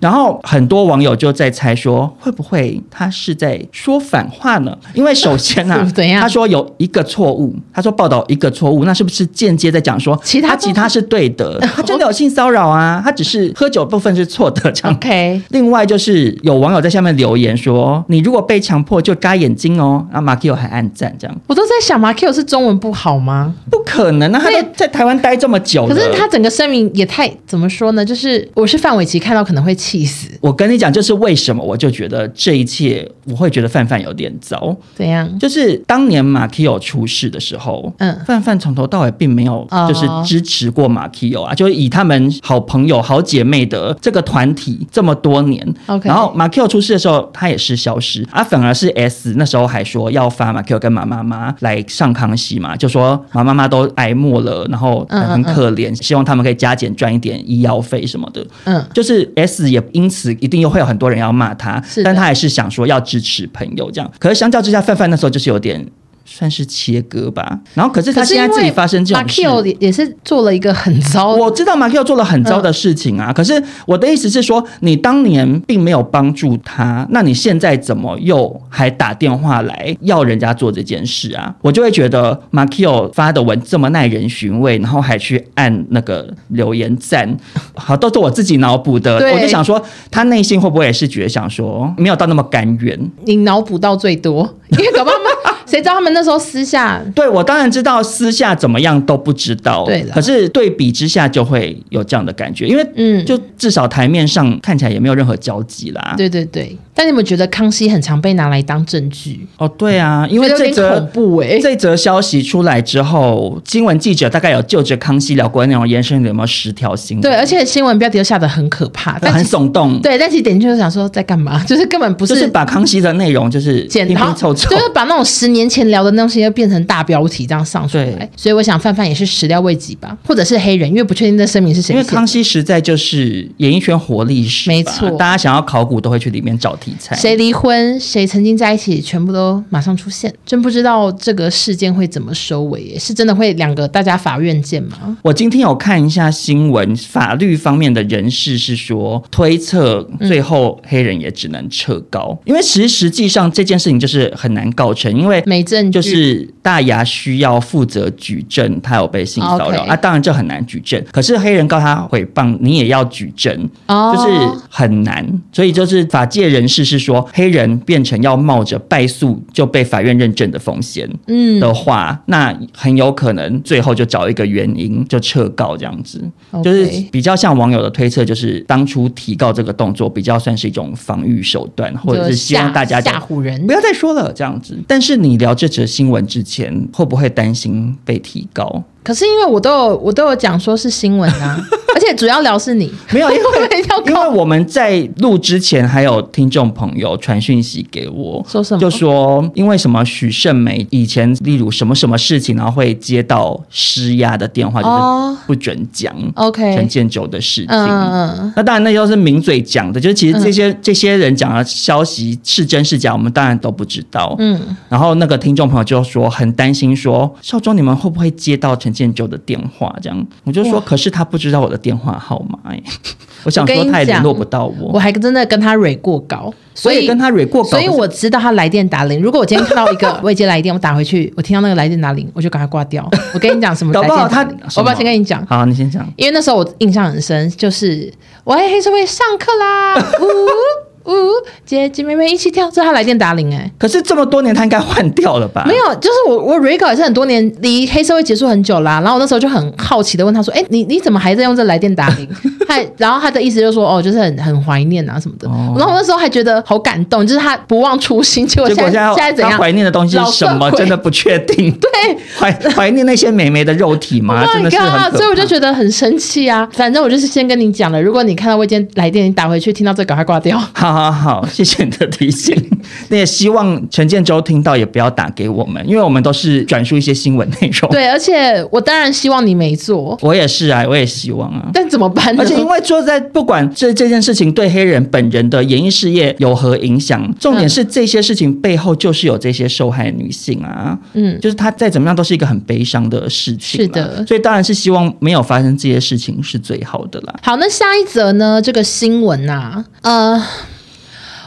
Speaker 3: 然后很多网友就在猜说，会不会他是在说反话呢？因为首先 啊
Speaker 1: 是，怎样
Speaker 3: 他说有一个错误，他说报道一个错误，那是不是间接在讲说
Speaker 1: 其他
Speaker 3: 他
Speaker 1: 都是
Speaker 3: 其他是对 的，他真的有性骚扰啊，他只是喝酒部分是错的这样。
Speaker 1: OK，
Speaker 3: 另外就是有网友在下面留言说，你如果被强迫就眨眼睛哦，然后马奎尔还暗赞这样，
Speaker 1: 我都在想马 Q 是中文不好吗？
Speaker 3: 不可能啊，他
Speaker 1: 那
Speaker 3: 都在台湾待这么久
Speaker 1: 可
Speaker 3: 了，
Speaker 1: 是他整个声明也太怎么说呢？就是我是范玮琪，看到可能会气死。
Speaker 3: 我跟你讲，就是为什么我就觉得这一切，我会觉得范范有点糟。
Speaker 1: 怎样？
Speaker 3: 就是当年马 k 有出事的时候，
Speaker 1: 嗯
Speaker 3: 范范从头到尾并没有
Speaker 1: 哦
Speaker 3: 就是支持过马 k 有啊，就是以他们好朋友、好姐妹的这个团体这么多年
Speaker 1: OK
Speaker 3: 然后马 k 出事的时候，他也是消失啊，反而是 S 那时候还说要发马 k 跟马妈妈来上康熙嘛，就说马妈妈都挨骂了，然后
Speaker 1: 嗯嗯
Speaker 3: 很可怜，希望他们可以加减赚一点医药费什么的。
Speaker 1: 嗯，
Speaker 3: 就是 S 也因此一定又会有很多人要骂他
Speaker 1: 是，的
Speaker 3: 但他还是想说要支持朋友这样。可是相较之下，范范那时候就是有点算是切割吧。然后可是他现在自己发生这种事。
Speaker 1: 马 Q 也是做了一个很糟
Speaker 3: 我知道马奎尔做了很糟的事情啊，可是我的意思是说，你当年并没有帮助他，那你现在怎么又还打电话来要人家做这件事啊？我就会觉得马奎尔发的文这么耐人寻味，然后还去按那个留言赞，好，都是我自己脑补的。
Speaker 1: 对
Speaker 3: 我就想说，他内心会不会也是觉得想说，没有到那么甘愿？
Speaker 1: 你脑补到最多， 因为搞不好他们谁知道他们那时候私下
Speaker 3: 对，我当然知道私下怎么样都不知道，
Speaker 1: 对啦
Speaker 3: 可是对比之下就会有这样的感觉，因为
Speaker 1: 嗯
Speaker 3: 就至少台面上看起来也没有任何交集啦。，
Speaker 1: 对对对，但你有没有觉得康熙很常被拿来当证据？
Speaker 3: 哦，对啊，因为
Speaker 1: 觉得
Speaker 3: 这
Speaker 1: 有点恐
Speaker 3: 则。
Speaker 1: 怖哎、
Speaker 3: 这则消息出来之后，新闻记者大概有就着康熙聊过的内容延伸了有没有十条新闻？
Speaker 1: 对，而且新闻标题又下的很可怕，但
Speaker 3: 啊很
Speaker 1: 其
Speaker 3: 耸动，
Speaker 1: 对，但其实点进去就想说在干嘛， 就是根本不
Speaker 3: 就是
Speaker 1: 是
Speaker 3: 把康熙的内容就是拼
Speaker 1: 剪
Speaker 3: 拼
Speaker 1: 然后
Speaker 3: 凑凑，
Speaker 1: 就是把那种十年前聊的那东西又变成大标题这样上出来
Speaker 3: 对。
Speaker 1: 所以我想范范也是始料未及吧，或者是黑人，因为不确定那声明是谁
Speaker 3: 因为
Speaker 1: 写的。
Speaker 3: 康熙实在就是演艺圈活历史吧，
Speaker 1: 没错
Speaker 3: 大家想要考古都会去里面找题材。
Speaker 1: 谁离婚，谁曾经在一起，全部都马上出现。真不知道这个事件会怎么收尾耶，是真的会两个大家法院见吗？
Speaker 3: 我今天有看一下新闻，法律方面的人士是说，推测最后黑人也只能撤告，因为其实实际上这件事情就是很难告成，因为
Speaker 1: 没证据，
Speaker 3: 就是大牙需要负责举证，他有被性骚扰
Speaker 1: OK
Speaker 3: 啊，当然这很难举证。可是黑人告他诽谤，你也要举证，
Speaker 1: 哦
Speaker 3: 就是很难。所以就是法界人士是说，黑人变成要冒着败诉就被法院认证的风险，
Speaker 1: 嗯
Speaker 3: 的话，那很有可能最后就找一个原因就撤告这样子
Speaker 1: OK
Speaker 3: 就是比较像网友的推测，就是当初提告这个动作比较算是一种防御手段，或者是希望大家
Speaker 1: 就
Speaker 3: 就
Speaker 1: 吓吓唬人
Speaker 3: 不。要再说了这样子。但是你聊这则新闻之前，会不会担心被提告？
Speaker 1: 可是因为我都有我都有讲说是新闻啊，而且主要聊是你，
Speaker 3: 没 有，因
Speaker 1: 我
Speaker 3: 为
Speaker 1: 们要
Speaker 3: 因为
Speaker 1: 搞
Speaker 3: 我们在录之前，还有听众朋友传讯息给我，
Speaker 1: 说什么
Speaker 3: 就说因为什么许胜美以前，例如什么什么事情，然后会接到施压的电话，
Speaker 1: 哦
Speaker 3: 就是不准讲
Speaker 1: OK
Speaker 3: 陈建州的事情。
Speaker 1: 嗯嗯嗯
Speaker 3: 那当然，那都是名嘴讲的，就是其实这些、这些人讲的消息是真是假，我们当然都不知道。
Speaker 1: 嗯，
Speaker 3: 然后那个听众朋友就说很担心说，少庄你们会不会接到陈建州的电话？这样我就说，可是他不知道我的电话号码、欸， 我想
Speaker 1: 我
Speaker 3: 说
Speaker 1: 跟你
Speaker 3: 他也联
Speaker 1: 讲
Speaker 3: 络不到我，
Speaker 1: 我还真的跟他蕊过稿，所
Speaker 3: 我
Speaker 1: 以
Speaker 3: 也跟他蕊过稿，
Speaker 1: 所以我知道他来电打铃。如果我今天看到一 个未接来电，我打回去，我听到那个来电打铃，我就赶快挂掉。我跟你讲 什么来
Speaker 3: 搞
Speaker 1: 电
Speaker 3: 不好
Speaker 1: 打
Speaker 3: 他
Speaker 1: 铃？我不要先跟你讲，
Speaker 3: 好，你先讲。
Speaker 1: 因为那时候我印象很深，就是喂黑社会上课 啦，呜呜，姐姐妹妹一起跳，这是他来电打铃哎、
Speaker 3: 可是这么多年，他应该换掉了吧？
Speaker 1: 没，有，就是我我 re 稿也是很多年，离黑社会结束很久啦、然后我那时候就很好奇的问他说：“哎、你你怎么还在用这来电打铃？” 他然后他的意思就是说：“哦，就是很很怀念啊什么的。
Speaker 3: 哦
Speaker 1: 然后我那时候还觉得好感动，就是他不忘初心，结果
Speaker 3: 结
Speaker 1: 现
Speaker 3: 果
Speaker 1: 在
Speaker 3: 现在
Speaker 1: 现在怎
Speaker 3: 他
Speaker 1: 样？
Speaker 3: 怀念的东西
Speaker 1: 老
Speaker 3: 是
Speaker 1: 色
Speaker 3: 什么？
Speaker 1: 鬼
Speaker 3: 真的不确定。对，怀 怀念那些美眉的肉体吗？真
Speaker 1: my
Speaker 3: 的是很
Speaker 1: god！
Speaker 3: 可
Speaker 1: 啊所以我
Speaker 3: 怕
Speaker 1: 就觉得很生气啊。反正我就是先跟你讲了，如果你看到未接来电，你打回去听到这赶快挂掉。
Speaker 3: 好好好，谢谢你的提醒。 那也希望陈建州听到也不要打给我们，因为我们都是转述一些新闻内容。，
Speaker 1: 对，而且我当然希望你没做，
Speaker 3: 我也是啊，我也希望啊。
Speaker 1: 但怎么办呢？
Speaker 3: 而且因为说在不管这这件事情对黑人本人的演艺事业有何影响，重
Speaker 1: 嗯
Speaker 3: 点是这些事情背后就是有这些受害女性啊，
Speaker 1: 嗯，
Speaker 3: 就是她再怎么样都是一个很悲伤的事情啦。
Speaker 1: 是的
Speaker 3: 所以当然是希望没有发生这些事情是最好的啦。
Speaker 1: 好，那下一则呢？这个新闻呐、呃。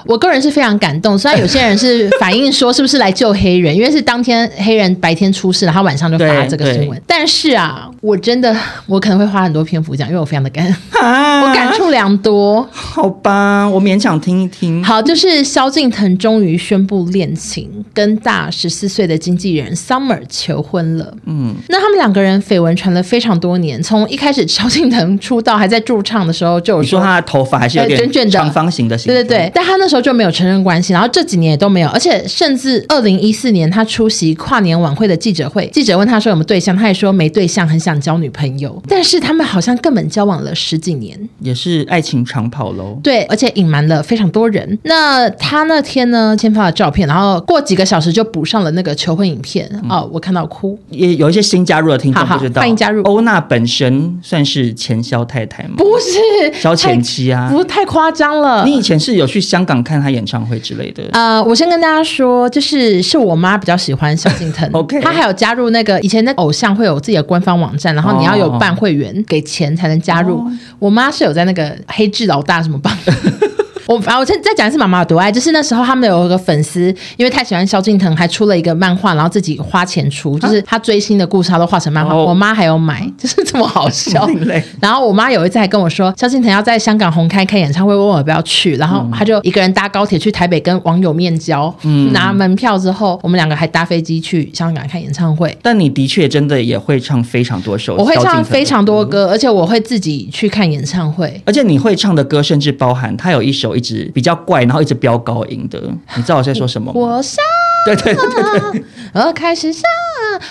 Speaker 1: 我个人是非常感动，虽然有些人是反映说是不是来救黑人，因为是当天黑人白天出事，然后晚上就发
Speaker 3: 对
Speaker 1: 这个新闻。但是啊，我真的我可能会花很多篇幅讲，因为我非常的感，
Speaker 3: 啊，
Speaker 1: 我感触良多。
Speaker 3: 好吧，我勉强听一听。
Speaker 1: 好，就是萧敬腾终于宣布恋情，跟大十四岁的经纪人 Summer 求婚了。嗯，那他们两个人绯闻传了非常多年，从一开始萧敬腾出道还在驻唱的时候就有
Speaker 3: 你说他的嗯头发还是有
Speaker 1: 呃卷卷
Speaker 3: 点
Speaker 1: 的
Speaker 3: 长方形的形
Speaker 1: 对
Speaker 3: 状，
Speaker 1: 对对，但他那时候就没有承认关系，然后这几年也都没有，而且甚至二零一四年他出席跨年晚会的记者会，记者问他说有没有对象，他也说没对象，很想交女朋友，但是他们好像根本交往了十几年。
Speaker 3: 也是爱情长跑喽。
Speaker 1: 对，而且隐瞒了非常多人。那他那天呢，先发了照片，然后过几个小时就补上了那个求婚影片。哦，我看到哭，
Speaker 3: 也有一些新加入的听众
Speaker 1: 好好
Speaker 3: 不知道，
Speaker 1: 欢迎加入
Speaker 3: 欧娜本身算是前萧太太吗？
Speaker 1: 不是
Speaker 3: 萧前妻啊。
Speaker 1: 不太夸张了。
Speaker 3: 你以前是有去香港看她演唱会之类的？
Speaker 1: 呃，我先跟大家说，就是是我妈比较喜欢萧敬腾
Speaker 3: OK
Speaker 1: 她还有加入那个以前那个偶像会有自己的官方网站，然后你要有办会员给钱才能加
Speaker 3: 哦
Speaker 1: 入。我妈是有在那个黑痣老大什么帮。 我啊，我再再讲一次妈妈有多爱，就是那时候他们有一个粉丝，因为太喜欢萧敬腾，还出了一个漫画，然后自己花钱出，就是他追星的故事，他都画成漫画。
Speaker 3: 啊哦
Speaker 1: 我妈还有买，就是这么好笑。
Speaker 3: 另类
Speaker 1: 然后我妈有一次还跟我说，萧敬腾要在香港红开开演唱会，问我要不要去，然
Speaker 3: 嗯
Speaker 1: 后她就一个人搭高铁去台北跟网友面交，拿门票之后，我们两个还搭飞机去香港看演唱会。
Speaker 3: 但你的确真的也会唱非常多首，
Speaker 1: 我会唱非，常多歌，而且我会自己去看演唱会。
Speaker 3: 而且你会唱的歌甚至包含她有一首一直比较怪，然后一直飙高音的，你知道我在说什么吗？
Speaker 1: 我上，
Speaker 3: 对对对对，
Speaker 1: 我开始上，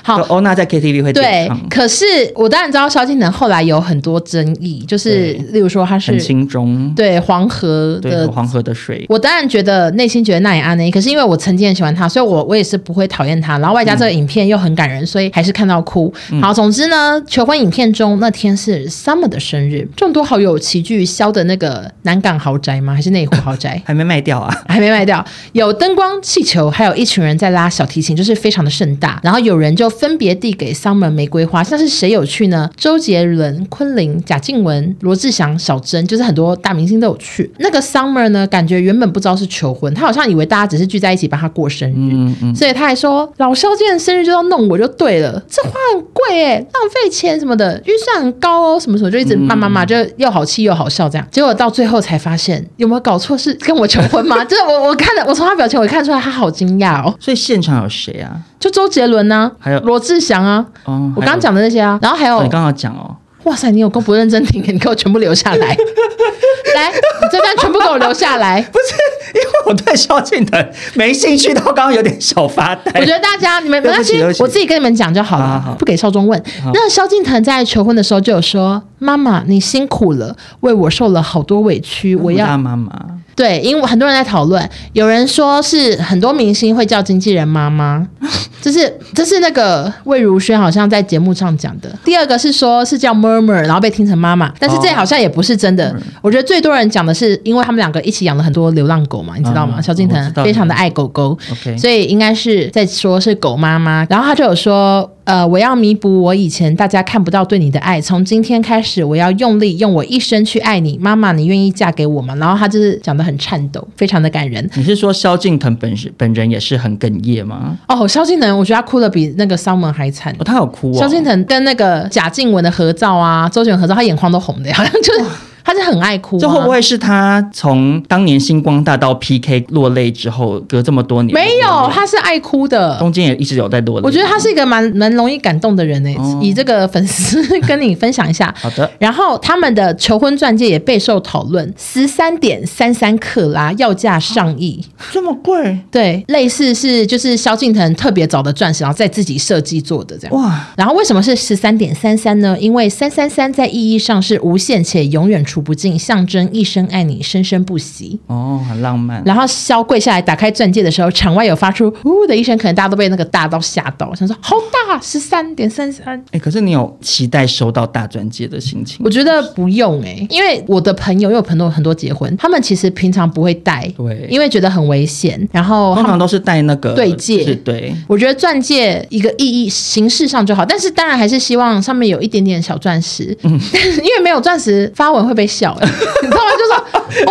Speaker 1: 好
Speaker 3: 就，欧娜在 KTV 会点
Speaker 1: 对
Speaker 3: 哦唱，，
Speaker 1: 可是我当然知道萧敬腾后来有很多争议，就是
Speaker 3: 对
Speaker 1: 例如说他
Speaker 3: 很
Speaker 1: 是
Speaker 3: 轻中，
Speaker 1: 对黄河
Speaker 3: 对
Speaker 1: 的
Speaker 3: 黄河的水，？
Speaker 1: 我当然觉得内心觉得那也安内，可是因为我曾经很喜欢他，所以我我也是不会讨厌他。然后外加这个影片又很感人，所以还是看到哭。好，总之呢，求婚影片中那天是 Summer 的生日，众多好友齐聚萧的那个南港豪宅吗？还是内湖豪宅
Speaker 3: 还没卖掉啊。
Speaker 1: 还没卖掉，有灯光、气球，还有一群人在拉小提琴，就是非常的盛大。然后有人就分别递给 Summer 玫瑰花，像是谁有去呢？周杰伦、昆凌、贾静雯、罗志祥、小珍，就是很多大明星都有去。那个 Summer 呢，感觉原本不知道是求婚，他好像以为大家只是聚在一起帮他过生日，
Speaker 3: 嗯
Speaker 1: 所以他还说老萧今天生日就要弄我就对了，这花很贵哎、浪费钱什么的，预算很高哦，什么什么，就一直骂骂
Speaker 3: 嗯
Speaker 1: 骂，就又好气又好笑这样。结果到最后才发现，有没有搞错是跟我求 婚吗？就是我我看了，我从他表情我看出来他好惊讶哦，
Speaker 3: 所以现场有谁啊？
Speaker 1: 就周杰伦呐、
Speaker 3: 还有
Speaker 1: 罗志祥啊，
Speaker 3: 哦，
Speaker 1: 我
Speaker 3: 还有
Speaker 1: 刚刚讲的那些啊，然后还有
Speaker 3: 哦你刚刚讲哦，
Speaker 1: 哇塞，你有够 不认真听，你给我全部留下来，来，你这段全部给我留下来。
Speaker 3: 不是因为我对萧敬腾没兴趣到刚刚有点小发呆。
Speaker 1: 我觉得大家你们没
Speaker 3: 对
Speaker 1: 关
Speaker 3: 不起哎
Speaker 1: 系
Speaker 3: 对不，起
Speaker 1: 我自己跟你们讲就好了，
Speaker 3: 好好好
Speaker 1: 不给少中问。那萧敬腾在求婚的时候就有说：“妈妈，你辛苦了，为我受了好多委屈，我要
Speaker 3: 大妈妈，
Speaker 1: 对，因为很多人在讨论，有人说是很多明星会叫经纪人妈妈， 就是这是那个魏如萱好像在节目上讲的。第二个是说是叫 murmur，然后被听成妈妈，但是这
Speaker 3: 哦嗯
Speaker 1: 好像也不是真的。我觉得最多人讲的是，因为他们两个一起养了很多流浪狗嘛，你知道吗？
Speaker 3: 嗯
Speaker 1: 萧敬
Speaker 3: 我知
Speaker 1: 腾
Speaker 3: 道
Speaker 1: 非常的爱狗狗
Speaker 3: OK
Speaker 1: 所以应该是在说是狗妈妈。然后他就有说。呃，我要弥补我以前大家看不到对你的爱，从今天开始，我要用力用我一生去爱你。妈妈，你愿意嫁给我吗？然后他就是讲的很颤抖，非常的感人。
Speaker 3: 你是说萧敬腾本人本人也是很哽咽吗？
Speaker 1: 哦，萧敬腾，我觉得他哭的比那个 Summer 还惨。
Speaker 3: 哦，他有哭哦。
Speaker 1: 萧敬腾跟那个贾静雯的合照啊，周杰伦合照，他眼眶都红的，好像就是他是很爱哭、啊。
Speaker 3: 这会不会是他从当年星光大道 PK 落泪之后，隔这么多年
Speaker 1: 没有？
Speaker 3: 落泪
Speaker 1: 他是爱哭的。
Speaker 3: 中间也一直有在落泪。
Speaker 1: 我觉得他是一个蛮蛮容易感动的人呢、欸
Speaker 3: 哦
Speaker 1: 以这个粉丝 跟你分享一下。
Speaker 3: 好的。
Speaker 1: 然后他们的求婚钻戒也备受讨论，十三点三三克拉，要价上亿。
Speaker 3: 这么贵
Speaker 1: 对，类似是就是萧敬腾特别找的钻石，然后再自己设计做的这样。
Speaker 3: 哇！
Speaker 1: 然后为什么是十三点三三呢？因为三三三在意义上是无限且永远除不尽，象征一生爱你，生生不息。
Speaker 3: 哦，很浪漫。
Speaker 1: 然后萧跪下来打开钻戒的时候，场外有发出呜的一声，可能大家都被那个大到吓到，想说好大，十三点三三。
Speaker 3: 哎、可是你有期待收到大钻戒的心情？
Speaker 1: 我觉得不用哎、因为我的朋友，因为我朋友很多结婚，他们其实平常不会戴，
Speaker 3: 对
Speaker 1: 因为觉得很危险。然后他
Speaker 3: 通
Speaker 1: 们
Speaker 3: 常都是戴那个
Speaker 1: 对戒
Speaker 3: 就是对。
Speaker 1: 我觉得钻戒一个意义形式上就好，但是当然还是希望上面有一点点小钻石，
Speaker 3: 嗯
Speaker 1: 因为没有钻石发文会被笑、 欸，你知道吗？就说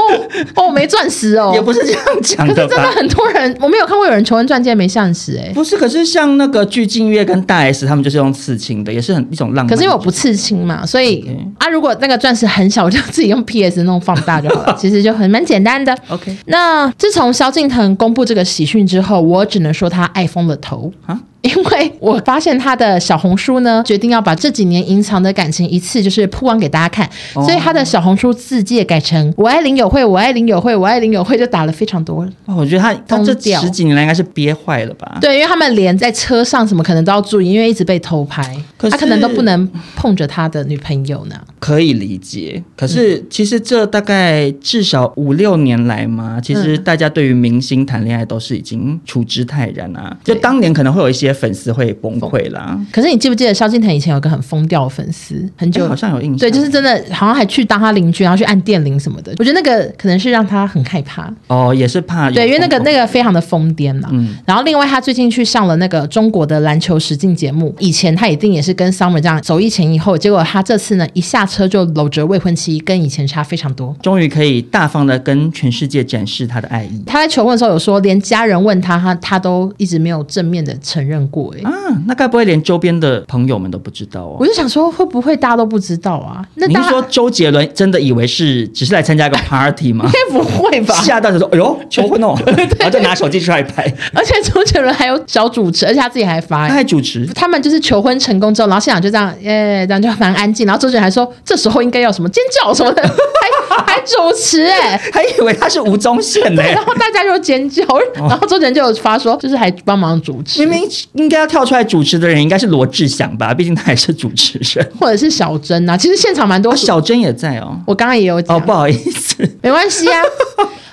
Speaker 1: 哦哦没钻石哦，
Speaker 3: 也不是这样讲
Speaker 1: 可是
Speaker 3: 的
Speaker 1: 真的
Speaker 3: 吧？嗯
Speaker 1: 很多人我没有看过有人求婚钻戒没钻石哎、
Speaker 3: 不是，可是像那个鞠婧祎跟大 S 他们就是用刺青的，也是很一种浪漫。
Speaker 1: 可是因为我不刺青嘛，所以啊，如果那个钻石很小，我就自己用 PS 弄放大就好 了，其实就很蛮简单的。
Speaker 3: OK
Speaker 1: 那自从萧敬腾公布这个喜讯之后，我只能说他爱疯了头
Speaker 3: 啊
Speaker 1: 因为我发现他的小红书呢，决定要把这几年隐藏的感情一次就是曝光给大家看，
Speaker 3: 哦
Speaker 1: 所以他的小红书字界改成“我爱林友会，我爱林友会，我爱林友会”，就打了非常多。
Speaker 3: 哇，我觉得他他
Speaker 1: 疯
Speaker 3: 这
Speaker 1: 掉
Speaker 3: 十几年来应该是憋坏了吧？
Speaker 1: 对，因为他们连在车上什么可能都要注意，因为一直被偷拍，
Speaker 3: 可
Speaker 1: 他
Speaker 3: 是
Speaker 1: 可能都不能碰着他的女朋友呢。
Speaker 3: 可以理解，可是
Speaker 1: 嗯
Speaker 3: 其实这大概至少五六年来
Speaker 1: 嗯
Speaker 3: 嘛，其实大家对于明星谈恋爱都是已经处之泰然啊。就
Speaker 1: 对
Speaker 3: 当年可能会有一些粉丝会崩溃啦，
Speaker 1: 可是你记不记得萧敬腾以前有个很疯掉的粉丝，很久、
Speaker 3: 就哎好像有印象，
Speaker 1: 对，就是真的，好像还去当他邻居，然后去按电铃什么的。我觉得那个可能是让他很害怕，
Speaker 3: 哦，也是怕有
Speaker 1: 对，因为那个
Speaker 3: 崩溃
Speaker 1: 那个非常的疯癫啦。
Speaker 3: 嗯
Speaker 1: 然后另外他最近去上了那个中国的篮球实境节目，以前他一定也是跟 Summer 这样走一前一后，结果他这次呢一下车就搂着未婚妻，跟以前差非常多。
Speaker 3: 终于可以大方的跟全世界展示他的爱意
Speaker 1: 他在求婚的时候有说，连家人问他，他他都一直没有正面的承认过、欸。
Speaker 3: 啊，那该不会连周边的朋友们都不知道哦
Speaker 1: 我？就想说，会不会大家都不知道啊？那
Speaker 3: 你
Speaker 1: 大
Speaker 3: 是
Speaker 1: 家
Speaker 3: 说周杰伦真的以为是只是来参加 个 party 吗
Speaker 1: 应？该不会吧？
Speaker 3: 吓到就说：“哎呦，求婚哦！”然后就拿手机出来拍，
Speaker 1: 而且周杰伦还有小主持，而且他自己还发、
Speaker 3: 他
Speaker 1: 欸。
Speaker 3: 还主持。
Speaker 1: 他们就是求婚成功之后，然后现场就这样，耶、这样就蛮安静。然后周杰伦还说，这时候应该要什么尖叫什么的， 还还主持哎、
Speaker 3: 还以为他是吴宗宪 呢、
Speaker 1: 然后大家就尖叫，然后周杰伦就有发说，就是还帮忙主持
Speaker 3: 明，明应该要跳出来主持的人应该是罗志祥吧，毕竟他也是主持人。
Speaker 1: 或者是小珍啊，其实现场蛮多
Speaker 3: 哦，。小珍也在哦。
Speaker 1: 我刚刚也有讲，
Speaker 3: 哦，不好意思，
Speaker 1: 没关啊系啊。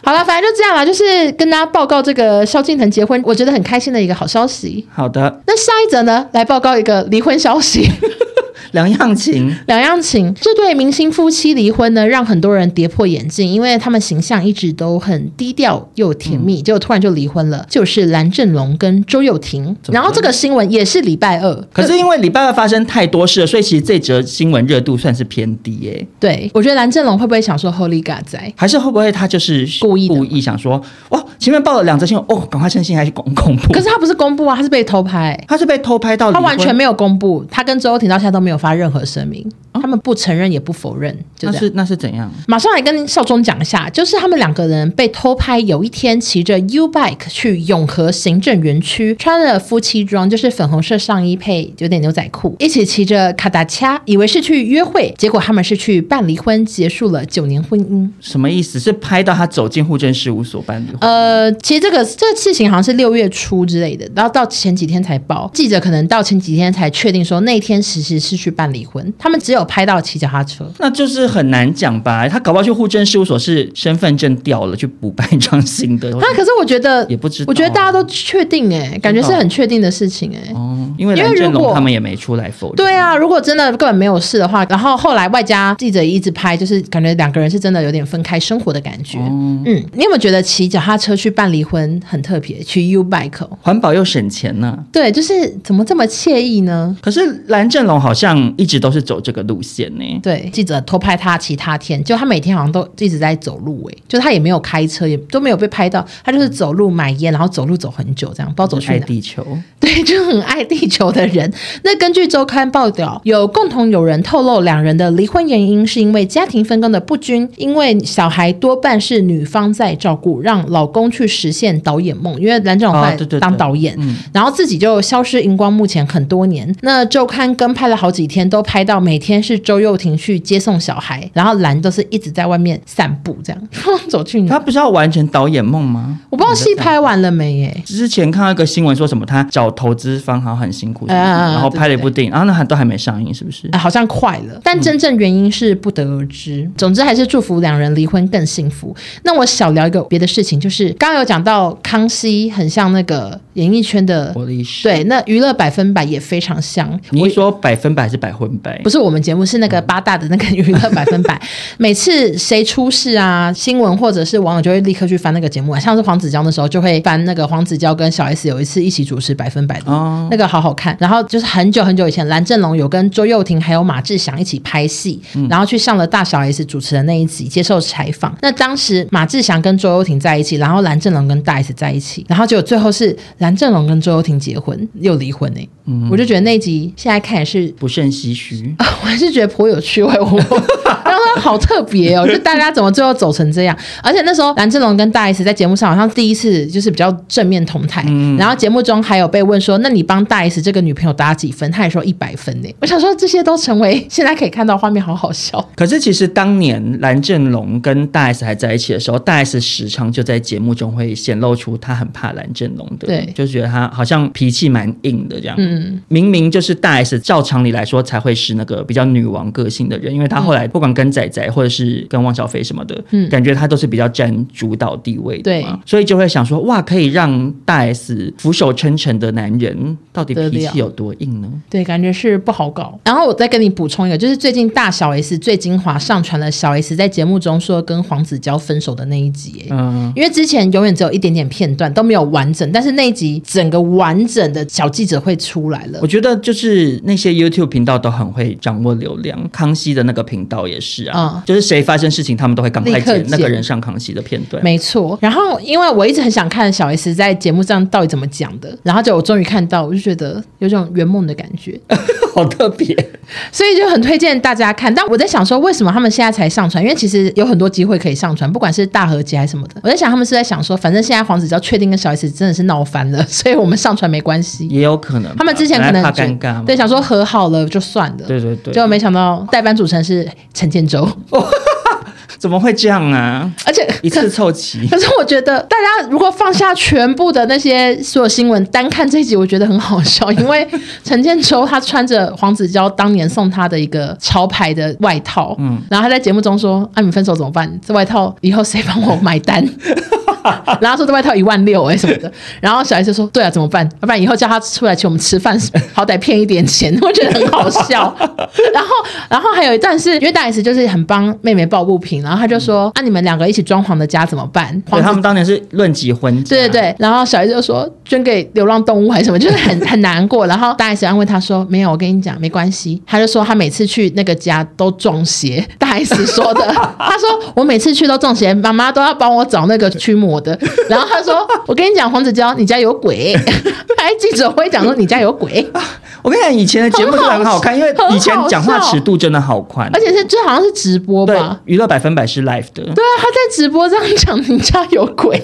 Speaker 1: 好了，反正就这样啦，就是跟大家报告这个萧敬腾结婚，我觉得很开心的一个好消息。
Speaker 3: 好的，
Speaker 1: 那下一则呢，来报告一个离婚消息。
Speaker 3: 梁样琴
Speaker 1: 两样情，这对明星夫妻离婚呢，让很多人跌破眼镜，因为他们形象一直都很低调又甜蜜，结果突然就离婚了，就是蓝正龙跟周友婷。
Speaker 3: 怎么
Speaker 1: 然后这个新闻也是礼拜二，
Speaker 3: 可是因为礼拜二发生太多事了，所以其实这则新闻热度算是偏低耶、
Speaker 1: 对我觉得蓝正龙会不会想说 Holy God 仔？
Speaker 3: 还是会不会他就是
Speaker 1: 故意的
Speaker 3: 故意想说，哇，前面报了两则新闻，哦，赶快趁现在去恐恐怖。
Speaker 1: 可是他不是公布啊，他是被偷拍、
Speaker 3: 哦他是被偷拍到离
Speaker 1: 他
Speaker 3: 婚，
Speaker 1: 完全没有公布，他跟周友婷到现在都没有发任何声明，他们们不承认也不否认，就
Speaker 3: 哦那
Speaker 1: 这样。
Speaker 3: 是那是怎样？
Speaker 1: 马上来跟少中讲一下，就是他们两个人被偷拍，有一天骑着 U bike 去永和行政园区，穿了夫妻装，就是粉红色上衣配有点牛仔裤，一起骑着卡达恰，以为是去约会，结果他们是去办离婚，结束了九年婚姻。
Speaker 3: 什么意思？是拍到他走进户政事务所办理？
Speaker 1: 呃，其实这个这个事情好像是六月初之类的，然后到前几天才报，记者可能到前几天才确定说那天其实是去办离婚，他们只有拍到骑脚踏车。
Speaker 3: 那就是很难讲吧。他搞不好去户政事务所是身份证掉了，去补办一张新的。
Speaker 1: 那啊可是我觉得
Speaker 3: 也不知道啊
Speaker 1: 我觉得大家都确定哎、感觉是很确定的事情哎、
Speaker 3: 哦，因为
Speaker 1: 因为
Speaker 3: 蓝正
Speaker 1: 如
Speaker 3: 龙
Speaker 1: 果
Speaker 3: 他们也没出来否认。
Speaker 1: 对啊，如果真的根本没有事的话，然后后来外加记者一直拍，就是感觉两个人是真的有点分开生活的感觉。
Speaker 3: 哦
Speaker 1: 嗯，你有没有觉得骑脚踏车去办离婚很特别？去 U bike，哦
Speaker 3: 环保又省钱呢、
Speaker 1: 对，就是怎么这么惬意呢？
Speaker 3: 可是蓝正龙好像一直都是走这个路线呢、
Speaker 1: 对，记者偷拍他其他天，就他每天好像都一直在走路、欸，就他也没有开车，也都没有被拍到，他就是走路买烟，然后走路走很久，这样不知道走去
Speaker 3: 爱
Speaker 1: 哪。
Speaker 3: 地球，
Speaker 1: 对，就很爱地球的人。那根据周刊报道，有共同友人透露，两人的离婚原因是因为家庭分工的不均，因为小孩多半是女方在照顾，让老公去实现导演梦，因为蓝正龙
Speaker 3: 哦
Speaker 1: 在
Speaker 3: 对对对嗯
Speaker 1: 当导演，然后自己就消失荧光幕前很多年。那周刊跟拍了好几天，都拍到每天是周幼婷去接送小孩，然后蓝都是一直在外面散步，这样 走去哪
Speaker 3: 他？不是要完成导演梦吗？
Speaker 1: 我不知道戏拍完了没耶、
Speaker 3: 之前看到一个新闻说什么，他找投资方好像很辛苦，
Speaker 1: 啊啊啊
Speaker 3: 然后拍了一部电影，然后那还都还没上映，是不是？
Speaker 1: 啊好像快了，但真正原因是不得而知。总之还是祝福两人离婚更幸福。那我小聊一个别的事情，就是刚刚有讲到康熙很像那个演艺圈的，
Speaker 3: 我的意思，
Speaker 1: 对，那娱乐百分百也非常像。
Speaker 3: 你是说百分百还是百分百？
Speaker 1: 不是我们节目，是那个八大的那个娱乐百分百。每次谁出事啊，新闻或者是网友就会立刻去翻那个节目啊。像是黄子佼那时候就会翻那个黄子佼跟小 S 有一次一起主持百分百的、
Speaker 3: 哦
Speaker 1: 那个好好看。然后就是很久很久以前，蓝正龙有跟周幼婷还有马志祥一起拍戏，然后去上了大小 S 主持的那一集接受采访。那当时马志祥跟周幼婷在一起，然后蓝正龙跟大 S 在一起，然后结果最后是蓝正龙跟周幼婷结婚又离婚呢、欸我就觉得那一集现在看也是
Speaker 3: 不胜唏嘘。
Speaker 1: 啊， 我还是觉得颇有趣味。我然后好特别 哦，就大家怎么最后走成这样？而且那时候蓝正龙跟大 S 在节目上好像第一次就是比较正面同台，然后节目中还有被问说：“那你帮大 S 这个女朋友打几分？”他也说一百分呢。 我想说这些都成为现在可以看到画面，好好笑。
Speaker 3: 可是其实当年蓝正龙跟大 S 还在一起的时候，大 S 时常就在节目中会显露出他很怕蓝正龙的，
Speaker 1: 对
Speaker 3: 就是觉得他好像脾气蛮硬的这样。嗯，明明就是大 S 照常理来说才会是那个比较女王个性的人，因为她后来不管跟仔仔或者是跟汪小菲什么的，嗯，感觉她都是比较占主导地位的嘛，所以就会想说，哇，可以让大 S 俯首称臣的男人，到底
Speaker 1: 得
Speaker 3: 脾
Speaker 1: 了
Speaker 3: 气有多硬呢？
Speaker 1: 对，感觉是不好搞。然后我再跟你补充一个，就是最近大小 S 最精华上传了小 S 在节目中说跟黄子佼分手的那一集，哎
Speaker 3: 嗯。
Speaker 1: 因为之前永远只有一点点片段都没有完整，但是那一集整个完整的小记者会出来了
Speaker 3: 我。觉得就是那些 YouTube 频道都很会掌握流量，康熙的那个频道也是啊，
Speaker 1: 嗯
Speaker 3: 就是谁发生事情，他们都会赶快
Speaker 1: 立刻
Speaker 3: 剪那个
Speaker 1: 剪
Speaker 3: 人上康熙的片段。
Speaker 1: 没错，然后因为我一直很想看小 S 在节目上到底怎么讲的，然后就我终于看到，我就觉得有种圆梦的感觉，
Speaker 3: 好特别，
Speaker 1: 所以就很推荐大家看。但我在想说，为什么他们现在才上传？因为其实有很多机会可以上传，不管是大和解还是什么的。我在想，他们是在想说，反正现在黄子佼确定跟小 S 真的是闹翻了，所以我们上传没关系。
Speaker 3: 也有可能吧
Speaker 1: 他们之前可
Speaker 3: 本
Speaker 1: 能
Speaker 3: 来怕
Speaker 1: 觉
Speaker 3: 尴尬嘛，
Speaker 1: 对，想说和好了就算了，
Speaker 3: 对对对，
Speaker 1: 就没想到代班主持人是陈建州，
Speaker 3: 怎么会这样啊？
Speaker 1: 而且
Speaker 3: 一
Speaker 1: 可
Speaker 3: 次凑 齐，
Speaker 1: 可是我觉得大家如果放下全部的那些所有新闻，单看这一集，我觉得很好笑，因为陈建州他穿着黄子佼当年送他的一个潮牌的外套，嗯，然后他在节目中说：“啊，你分手怎么办？这外套以后谁帮我买单？”然后说这外套一万六哎什么的，然后小 S 就说：“对啊，怎么办？要不然以后叫他出来请我们吃饭，好歹骗一点钱。”我觉得很好笑。然后，然后还有一段是因为大 S 就是很帮妹妹抱不平，然后他就说：“啊，你们两个一起装潢的家怎么办？”
Speaker 3: 对
Speaker 1: 黄子
Speaker 3: 他们当年是论及婚，啊
Speaker 1: 对对，对，然后小 S 就说捐给流浪动物还是什么，就是很 很难过。然后大 S 安慰他说：“没有，我跟你讲，没关系。”他就说他每次去那个家都 中邪，大 S 说的。他说我每次去都中邪，妈妈都要帮我找那个驱魔我的。然后他说：“我跟你讲，黄子佼，你家有鬼。” 还记者会讲说你家有鬼，
Speaker 3: 我跟你讲，以前的节目真的很好看，因为
Speaker 1: 很好
Speaker 3: 以前讲话
Speaker 1: 笑
Speaker 3: 尺度真的好宽，
Speaker 1: 而且是这好像是直播
Speaker 3: 对
Speaker 1: 吧？
Speaker 3: 娱乐百分百是 live 的。
Speaker 1: 对啊，他在直播这样讲你家有鬼，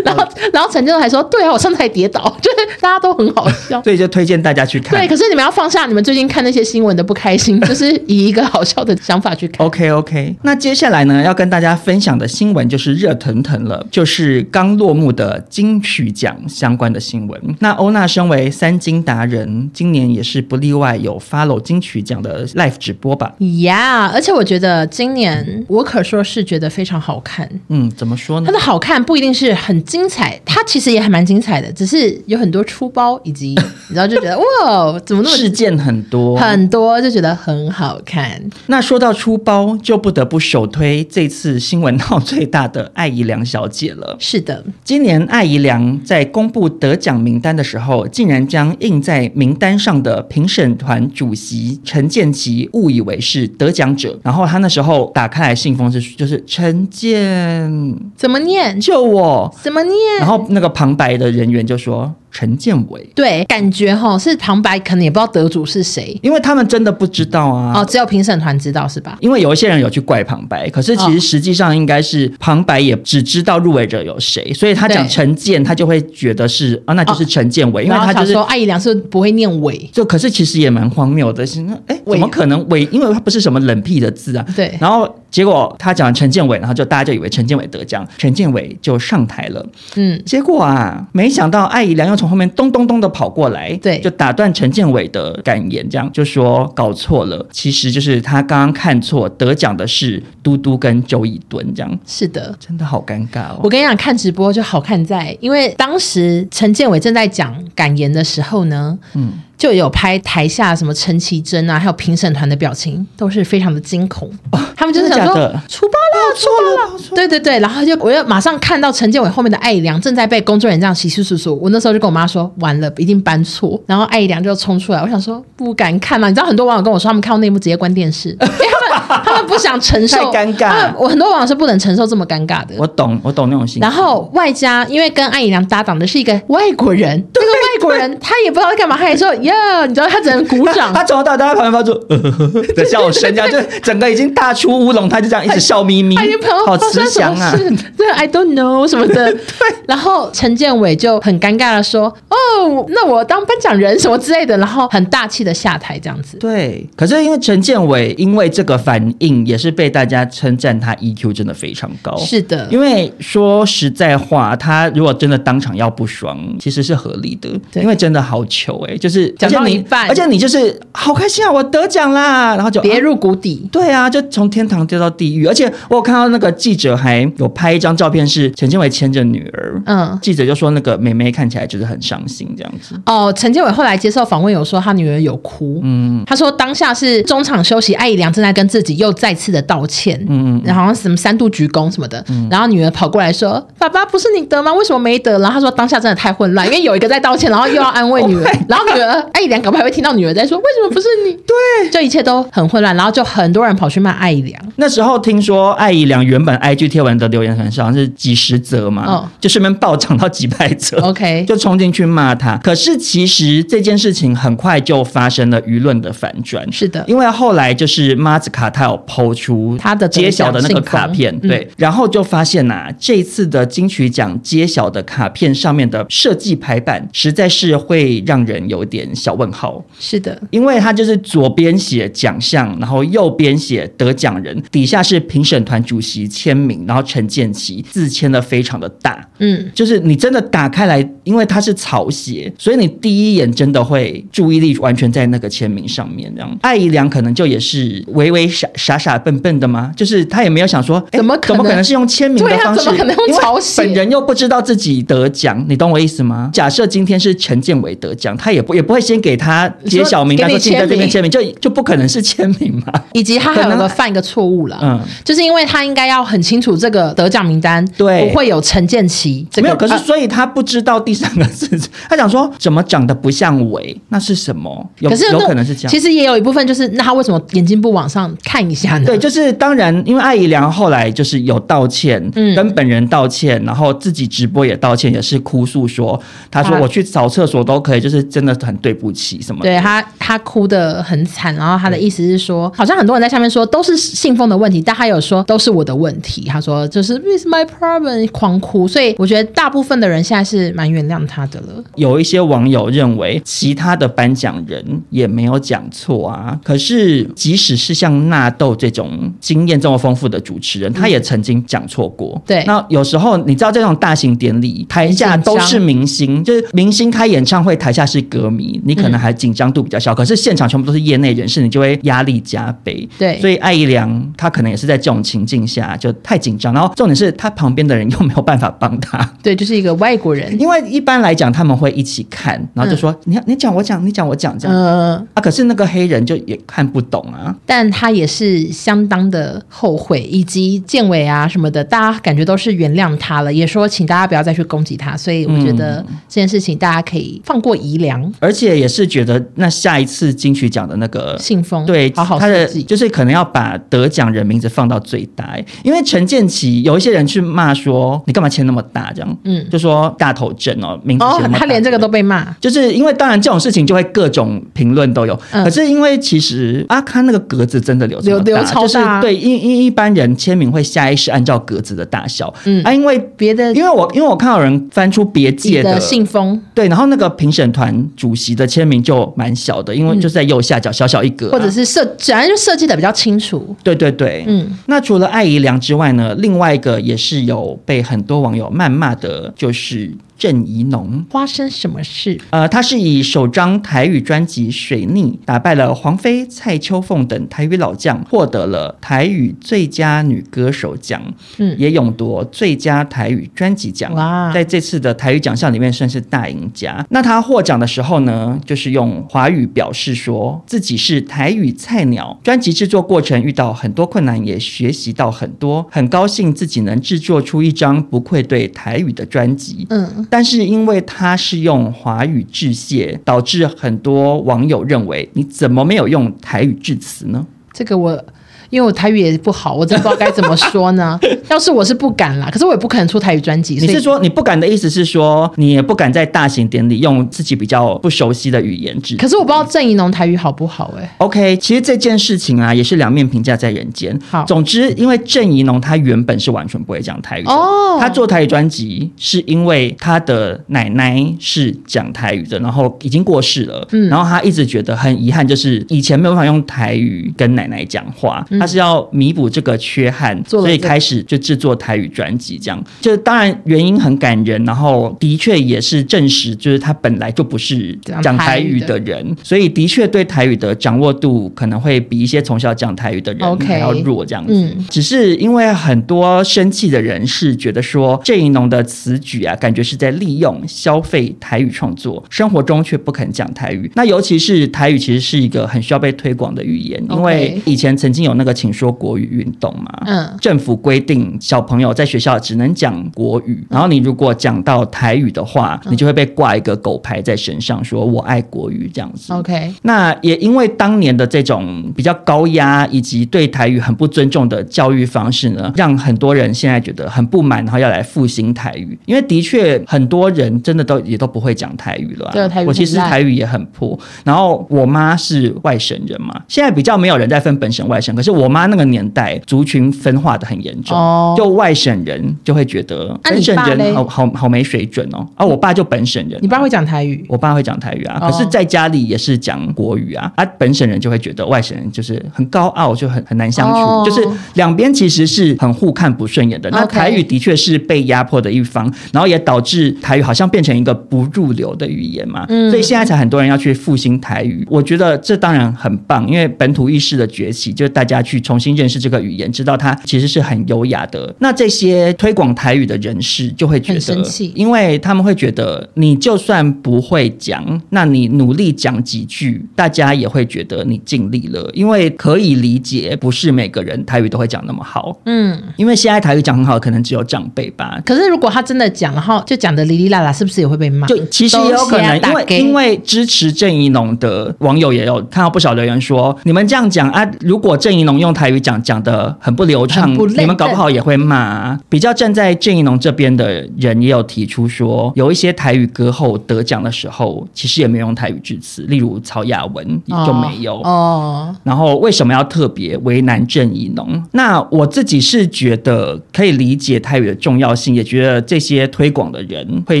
Speaker 1: 然后然后陈建仁还说：“对啊，我上次还跌倒。” 就是大家都很好笑。
Speaker 3: 所以就推荐大家去看。
Speaker 1: 对，可是你们要放下你们最近看那些新闻的不开 心，就是以一个好笑的想法去看。
Speaker 3: OK OK，那接下来呢，要跟大家分享的新闻就是热腾腾了，就是刚落幕的金曲奖相关的新闻。那欧娜身为三金达人，今年也是不例外有 follow 金曲奖的 live 直播吧？
Speaker 1: 呀而且我觉得今年我可说是觉得非常好看。
Speaker 3: 嗯，怎么说呢
Speaker 1: 它的？好看不一定是很精彩，它其实也还蛮精彩的，只是有很多出包以 及你知道就觉得哇，怎么那
Speaker 3: 事
Speaker 1: 么
Speaker 3: 件很多，
Speaker 1: 很多就觉得很好看。
Speaker 3: 那说到出包，就不得不首推这次新闻闹最大的艾怡良小姐了。
Speaker 1: 是的，
Speaker 3: 今年艾怡良在公布得奖名单的时候，竟然将印在名单上的评审团主席陈建奇误以为是得奖者，然后他那时候打开来信封是就是陈建
Speaker 1: 怎么念？
Speaker 3: 救我，
Speaker 1: 怎么念？
Speaker 3: 然后那个旁白的人员就说陈建伟，
Speaker 1: 对，感觉哈是旁白，可能也不知道得主是谁
Speaker 3: 因为他们真的不知道啊。
Speaker 1: 哦，只有评审团知道是吧？
Speaker 3: 因为有一些人有去怪旁白，可是其实
Speaker 1: 哦
Speaker 3: 实际上应该是旁白也只知道入围者有谁，所以他讲
Speaker 1: 对哦
Speaker 3: 陈建，他就会觉得是啊，那就是陈建伟，因为
Speaker 1: 然后
Speaker 3: 他就
Speaker 1: 想
Speaker 3: 是
Speaker 1: 说艾姨良是不是不会念伟，
Speaker 3: 就可是其实也蛮荒谬的，是哎，
Speaker 1: 伪
Speaker 3: 怎么可能伪？因为它不是什么冷僻的字啊。
Speaker 1: 对
Speaker 3: 然后结果他讲陈建伟，然后就大家就以为陈建伟得奖，陈建伟就上台了。
Speaker 1: 嗯，
Speaker 3: 结果啊，没想到艾怡良又从后面咚咚咚的跑过来，
Speaker 1: 对
Speaker 3: 就打断陈建伟的感言，这样就说搞错了，其实就是他刚刚看错，得奖的是嘟嘟跟周以敦，这样
Speaker 1: 是的，
Speaker 3: 真的好尴尬哦
Speaker 1: 我。跟你讲，看直播就好看在，因为当时陈建伟正在讲感言的时候呢，嗯，就有拍台下什么陈绮贞啊，还有评审团的表情，都是非常的惊恐，他们就是想说
Speaker 3: 哦真的假的
Speaker 1: 出包了，出包了，对对对，然后就我又马上看到陈建伟后面的艾怡良正在被工作人员这样洗洗簌簌，我那时候就跟我妈说，完了，一定搬错，然后艾怡良就冲出来，我想说不敢看嘛，你知道很多网友跟我说，他们看到内幕直接关电视，因为他们他们不想承受
Speaker 3: 太尴尬
Speaker 1: 他们我很多网友是不能承受这么尴尬的，
Speaker 3: 我懂，我懂那种心情。
Speaker 1: 然后外加，因为跟艾姨娘搭档的是一个外国人，这个外国人他也不知道在干嘛，他也说 耶，你知道他只能鼓掌
Speaker 3: 他，从头到尾都在旁边发出呃呵呵的笑声，这样就整个已经大出乌龙，他就这样一直笑眯眯
Speaker 1: 他已经不知，道
Speaker 3: 好
Speaker 1: 发
Speaker 3: 慈
Speaker 1: 生什
Speaker 3: 祥
Speaker 1: 么
Speaker 3: 啊！
Speaker 1: 事，对，I don't know 什么的。 对。然后陈建伟就很尴尬的说：“哦，那我当颁奖人什么之类的。”然后很大气的下台这样子。
Speaker 3: 对，可是因为陈建伟因为这个反应，也是被大家称赞他 EQ 真的非常高。
Speaker 1: 是的，
Speaker 3: 因为说实在话，他如果真的当场要不爽，其实是合理的，
Speaker 1: 对
Speaker 3: 因为真的好糗哎、就是
Speaker 1: 讲到
Speaker 3: 而且你
Speaker 1: 一半
Speaker 3: 而且你就是好开心啊，我得奖啦，然后就
Speaker 1: 跌入谷底。
Speaker 3: 对啊，就从天堂掉到地狱。而且我有看到那个记者还有拍一张照片，是陈建伟牵着女儿。
Speaker 1: 嗯
Speaker 3: 记者就说那个妹妹看起来就是很伤心这样子。
Speaker 1: 哦，陈建伟后来接受访问有说他女儿有哭，嗯，他说当下是中场休息，艾怡良正在跟自己又再次的道歉，嗯，然后好像什么三度鞠躬什么的，然后女儿跑过来说：“爸爸不是你得吗？为什么没得？”然后他说当下真的太混乱，因为有一个在道歉，然后又要安慰女 儿，然后女儿艾怡良搞不好还会听到女儿在说：“为什么不是你？”对，这一切都很混乱，然后就很多人跑去骂艾怡良，
Speaker 3: 那时候听说艾怡良原本 IG 贴文的留言很少，好像是几十则嘛，
Speaker 1: 哦
Speaker 3: 就顺便暴涨到几百则。
Speaker 1: OK
Speaker 3: 就冲进去骂他。可是其实这件事情很快就发生了舆论的反转。
Speaker 1: 是的
Speaker 3: 因为后来就是马子卡他有抛出
Speaker 1: 他的
Speaker 3: 揭晓的那个卡片，
Speaker 1: 得奖信封
Speaker 3: 对，然后就发现呐、啊这一次的金曲奖揭晓的卡片上面的设计排版，实在是会让人有点小问号。
Speaker 1: 是的，
Speaker 3: 因为他就是左边写奖项，然后右边写得奖人，底下是评审团主席签名，然后陈建奇字签的非常的大，
Speaker 1: 嗯，
Speaker 3: 就是你真的打开来，因为它是草写，所以你第一眼真的会注意力完全在那个签名上面。这样，艾怡良可能就也是微微傻傻傻笨笨的吗？就是他也没有想说，诶
Speaker 1: 怎么可
Speaker 3: 怎
Speaker 1: 能
Speaker 3: 么可能是用签名的
Speaker 1: 对啊
Speaker 3: 方式？
Speaker 1: 怎么可能用
Speaker 3: 因为
Speaker 1: 草写
Speaker 3: 本人又不知道自己得奖，你懂我意思吗？假设今天是陈建伟得奖，他也不也不会先给他揭晓名单，
Speaker 1: 说
Speaker 3: 说
Speaker 1: 给你
Speaker 3: 请你在这边
Speaker 1: 签
Speaker 3: 签名，就就不可能是签名嘛。
Speaker 1: 以及他还有
Speaker 3: 可
Speaker 1: 一个
Speaker 3: 能
Speaker 1: 犯一个错误了，
Speaker 3: 嗯
Speaker 1: 就是因为他应该要很清楚这个得奖名单，
Speaker 3: 对
Speaker 1: 不会有陈建奇这个，
Speaker 3: 没有，可是
Speaker 1: 呃
Speaker 3: 所以他不知道第三个字，他想说怎么长得不像伟，那是什么？有
Speaker 1: 可是
Speaker 3: 有
Speaker 1: 那
Speaker 3: 可能是这样。
Speaker 1: 其实也有一部分就是，那他为什么眼睛不往上看一下呢？
Speaker 3: 对，就是当然，因为艾怡良后来就是有道歉，
Speaker 1: 嗯
Speaker 3: 跟本人道歉，然后自己直播也道歉，也是哭诉说，他说
Speaker 1: 啊
Speaker 3: 我去扫厕所都可以，就是真的很对不起什么的。
Speaker 1: 对他，他哭得很惨，然后他的意思是说，好像很多人在下面说都是信奉的问题，但他有说都是我的问题。他说就是 is my problem，狂哭。所以我觉得大部分的人现在是蛮原谅他的了。
Speaker 3: 有一些网友认为，其他的颁奖人也没有讲错啊。可是，即使是像纳豆这种经验这么丰富的主持人，他也曾经讲错过。
Speaker 1: 嗯对
Speaker 3: 那有时候你知道，这种大型典礼台下都是明星，就是明星开演唱会，台下是歌迷，你可能还紧张度比较小。可是现场全部都是业内人士，你就会压力加倍。
Speaker 1: 对
Speaker 3: 所以艾怡良他可能也是在这种情境下就太紧张，然后重点是他旁边的人又没有办法帮他。
Speaker 1: 对，就是一个外国人。
Speaker 3: 因为一般来讲他们会一起看，然
Speaker 1: 嗯
Speaker 3: 后就说、你你讲我讲你讲我讲这样、
Speaker 1: 呃，
Speaker 3: 啊，可是那个黑人就也看不懂啊。
Speaker 1: 但他也是相当的后悔，以及建伟啊什么的，大家感觉都是原谅他了，也说请大家不要再去攻击他。所以我觉得
Speaker 3: 嗯
Speaker 1: 这件事情大家可以放过宜良、
Speaker 3: 而且也是觉得，那下一次金曲奖的那个
Speaker 1: 信封，
Speaker 3: 对，
Speaker 1: 好好
Speaker 3: 他
Speaker 1: 设
Speaker 3: 的
Speaker 1: 计。
Speaker 3: 就是可能要把得奖人名字放到最大、欸因为陈建奇有一些人去骂说你干嘛签那么大这样，
Speaker 1: 嗯
Speaker 3: 嗯，就说大头症哦，名字写
Speaker 1: 哦
Speaker 3: 那么，大
Speaker 1: 他连这个
Speaker 3: 对
Speaker 1: 都被骂。
Speaker 3: 就是因为当然这种事情就会各种评论都有，
Speaker 1: 嗯
Speaker 3: 可是因为其实阿康那个格子真的留这么
Speaker 1: 留留超
Speaker 3: 就是
Speaker 1: 大啊
Speaker 3: 对一一一般人签名会下意识按照格子的大小，
Speaker 1: 嗯
Speaker 3: 啊，因为
Speaker 1: 别的
Speaker 3: 因为我因为我看到有人翻出别
Speaker 1: 你
Speaker 3: 界
Speaker 1: 的信封，
Speaker 3: 对，然后那个评审团主席的签名就蛮小的，因为就是在右下角小小一格啊、
Speaker 1: 嗯或者是设，反正就设计的比较清楚。
Speaker 3: 对对对，
Speaker 1: 嗯
Speaker 3: 嗯。那除了艾怡良之外呢，另外一个也是有被很多网友谩骂的，就是郑怡农。
Speaker 1: 发生什么事？
Speaker 3: 呃，他是以首张台语专辑《水逆》打败了黄飞、蔡秋凤等台语老将，获得了台语最佳女歌手奖，
Speaker 1: 嗯
Speaker 3: 也勇夺最佳台语专辑奖。
Speaker 1: 哇
Speaker 3: 在这次的台语奖项里面算是大赢家。那他获奖的时候呢，就是用华语表示说自己是台语菜鸟，专辑制作过程遇到很多困难，也学习到很多，很高兴自己能制作出一张不愧对台语的专辑。
Speaker 1: 嗯，
Speaker 3: 但是因为他是用华语致谢，导致很多网友认为你怎么没有用台语致辞呢？
Speaker 1: 这个我。因为我台语也不好，我真不知道该怎么 说呢。要是我是不敢啦，可是我也不可能出台语专辑。
Speaker 3: 你
Speaker 1: 所以
Speaker 3: 是说你不敢的意思是说你也不敢在大型典礼用自己比较不熟悉的语言致辞？
Speaker 1: 可是我不知道郑怡农台语好不好哎、
Speaker 3: OK，其实这件事情啊，也是两面评价在人间。
Speaker 1: 好
Speaker 3: 总之，因为郑怡农她原本是完全不会讲台语的，
Speaker 1: 哦
Speaker 3: 她做台语专辑是因为她的奶奶是讲台语的，然后已经过世了，
Speaker 1: 嗯
Speaker 3: 然后她一直觉得很遗憾，就是以前没有办法用台语跟奶奶讲话，她是要弥补这个缺憾，
Speaker 1: 嗯做了
Speaker 3: 所以
Speaker 1: 这个
Speaker 3: 开始就制作台语专辑，这样。就当然原因很感人，然后的确也是证实，就是她本来就不是
Speaker 1: 讲
Speaker 3: 讲
Speaker 1: 台
Speaker 3: 台
Speaker 1: 语
Speaker 3: 语
Speaker 1: 的
Speaker 3: 的人，所以的确对台语的掌握度可能会比一些从小讲台语的人
Speaker 1: OK
Speaker 3: 还要弱这样子。
Speaker 1: 嗯
Speaker 3: 只是因为很多生气的人是觉得说郑怡农的此举啊，感觉是在利用消费台语创作，生活中却不肯讲台语。那尤其是台语其实是一个很需要被推广的语言，因为
Speaker 1: OK
Speaker 3: 以前曾经有那个请说国语运动嘛，
Speaker 1: 嗯
Speaker 3: 政府规定小朋友在学校只能讲国语，然后你如果讲到台语的话，你就会被挂一个狗牌在身上，说我爱国语这样子。
Speaker 1: OK，
Speaker 3: 那也因为当年的这种比较高压以及对台语很不尊重的教育方式呢，让很多人现在觉得很不满，然后要来复兴台语。因为的确很多人真的都也都不会讲台语了、啊。
Speaker 1: 对台语
Speaker 3: 我其
Speaker 1: 很
Speaker 3: 实
Speaker 1: 烂
Speaker 3: 台语也很破。然后我妈是外省人嘛，现在比较没有人在分本省外省，可是我妈那个年代族群分化的很严重，
Speaker 1: 哦啊
Speaker 3: 就外省人就会觉得
Speaker 1: 那你
Speaker 3: 本省
Speaker 1: 爸嘞
Speaker 3: 人好好好没水准哦。啊，我爸就本省人啊，
Speaker 1: 你爸会讲台语
Speaker 3: 我爸会讲台语啊，
Speaker 1: 哦
Speaker 3: 可是在家里也是讲国语啊，啊，本省人就会觉得外省人就是很高傲，就很很难相处，
Speaker 1: 哦
Speaker 3: 就是两边其实是很互看不顺眼的。那
Speaker 1: OK
Speaker 3: 台语的确是被压迫的一方，然后也导致台语好像变成一个不入流的语言嘛，
Speaker 1: 嗯
Speaker 3: 所以现在才很多人要去复兴台语。我觉得这当然很棒，因为本土意识的崛起，就是大家去重新认识这个语言，知道它其实是很优雅的。那这些推广台语的人士就会觉
Speaker 1: 很生
Speaker 3: 得
Speaker 1: 气，
Speaker 3: 因为他们会觉得你就算不会讲，那你努力讲几句，大家也会觉得你尽力了，因为可以理解，不是每个人台语都会讲那么好。
Speaker 1: 嗯，
Speaker 3: 因为现在台语讲很好，可能只有长辈吧，
Speaker 1: 可是如果他真的讲，然后就讲的哩哩啦啦，是不是也会被骂？
Speaker 3: 就其实也有可能，因为因为支持郑怡农的网友也有看到不少留言说，你们这样讲啊，如果郑怡农用台语讲讲的很不流畅
Speaker 1: 很不，
Speaker 3: 你
Speaker 1: 认
Speaker 3: 们搞
Speaker 1: 真
Speaker 3: 不好也会骂、啊。比较站在郑怡农这边的人也有提出说，有一些台语歌后得奖的时候，其实也没有用台语致辞，例如曹雅文就没有。
Speaker 1: 哦，
Speaker 3: 然后为什么要特别为难郑怡农？那我自己是觉得可以理解泰语的重要性，也觉得这些推广的人会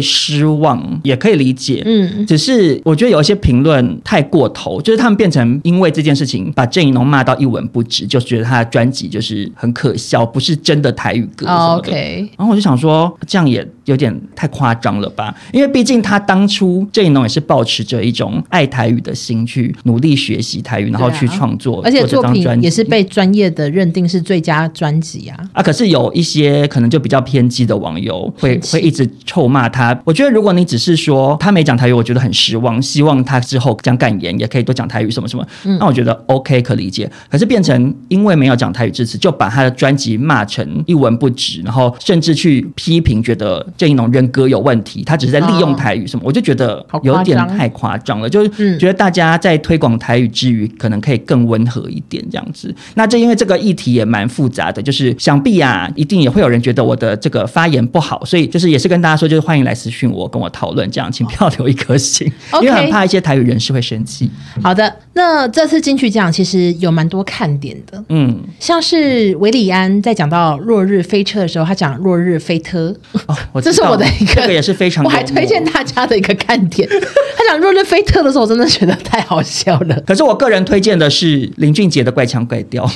Speaker 3: 失望，也可以理解。
Speaker 1: 嗯，
Speaker 3: 只是我觉得有一些评论太过头，就是他们变成因为这件事情把郑怡农骂到一文不值，就觉得他的专辑就是很可笑，不是真的台语歌什
Speaker 1: 哦
Speaker 3: 么的。
Speaker 1: ，OK，
Speaker 3: 然后我就想说，这样也有点太夸张了吧？因为毕竟他当初郑怡农也是保持着一种爱台语的心去努力学习台语，然后去创作，
Speaker 1: 啊而且
Speaker 3: 做
Speaker 1: 作
Speaker 3: 这张专
Speaker 1: 品
Speaker 3: 辑
Speaker 1: 也是被专业的认定是最佳专辑啊。
Speaker 3: 啊，可是有一些可能就比较偏激的网友会
Speaker 1: 生气
Speaker 3: 会一直臭骂他。我觉得如果你只是说他没讲台语，我觉得很失望，希望他之后讲感言也可以多讲台语什么什么，
Speaker 1: 嗯
Speaker 3: 那我觉得 OK 可理解。可是变成因为没有讲台语致辞，就把他的专辑骂成一文不值，然后甚至去批评觉得郑一农人格有问题，他只是在利用
Speaker 1: 哦
Speaker 3: 台语什么，我就觉得
Speaker 1: 好
Speaker 3: 有
Speaker 1: 夸
Speaker 3: 点
Speaker 1: 张啊
Speaker 3: 太夸张了，就是
Speaker 1: 嗯
Speaker 3: 觉得大家在推广台语之余，可能可以更温和一点这样子。那这因为这个议题也蛮复杂的，就是想必啊，一定也会有人觉得我的这个发言不好，所以就是也是跟大家说，就是欢迎来私讯我，跟我讨论这样，请不要留一颗心，因
Speaker 1: OK
Speaker 3: 为很怕一些台语人士会生气。
Speaker 1: 好的，那这次金曲奖其实有蛮多看点的，
Speaker 3: 嗯，
Speaker 1: 像是韦礼安在讲到落日飞车的时候，他讲落日飞车，
Speaker 3: 哦，我
Speaker 1: 这
Speaker 3: 知
Speaker 1: 是
Speaker 3: 道
Speaker 1: 我的一个，
Speaker 3: 这个也是非常
Speaker 1: 我还
Speaker 3: 幽默
Speaker 1: 推荐大家的一个看点。他讲落日飞车的时候，我真的觉得太好笑 了
Speaker 3: 可是我个人推荐的是林俊杰的《怪腔怪调》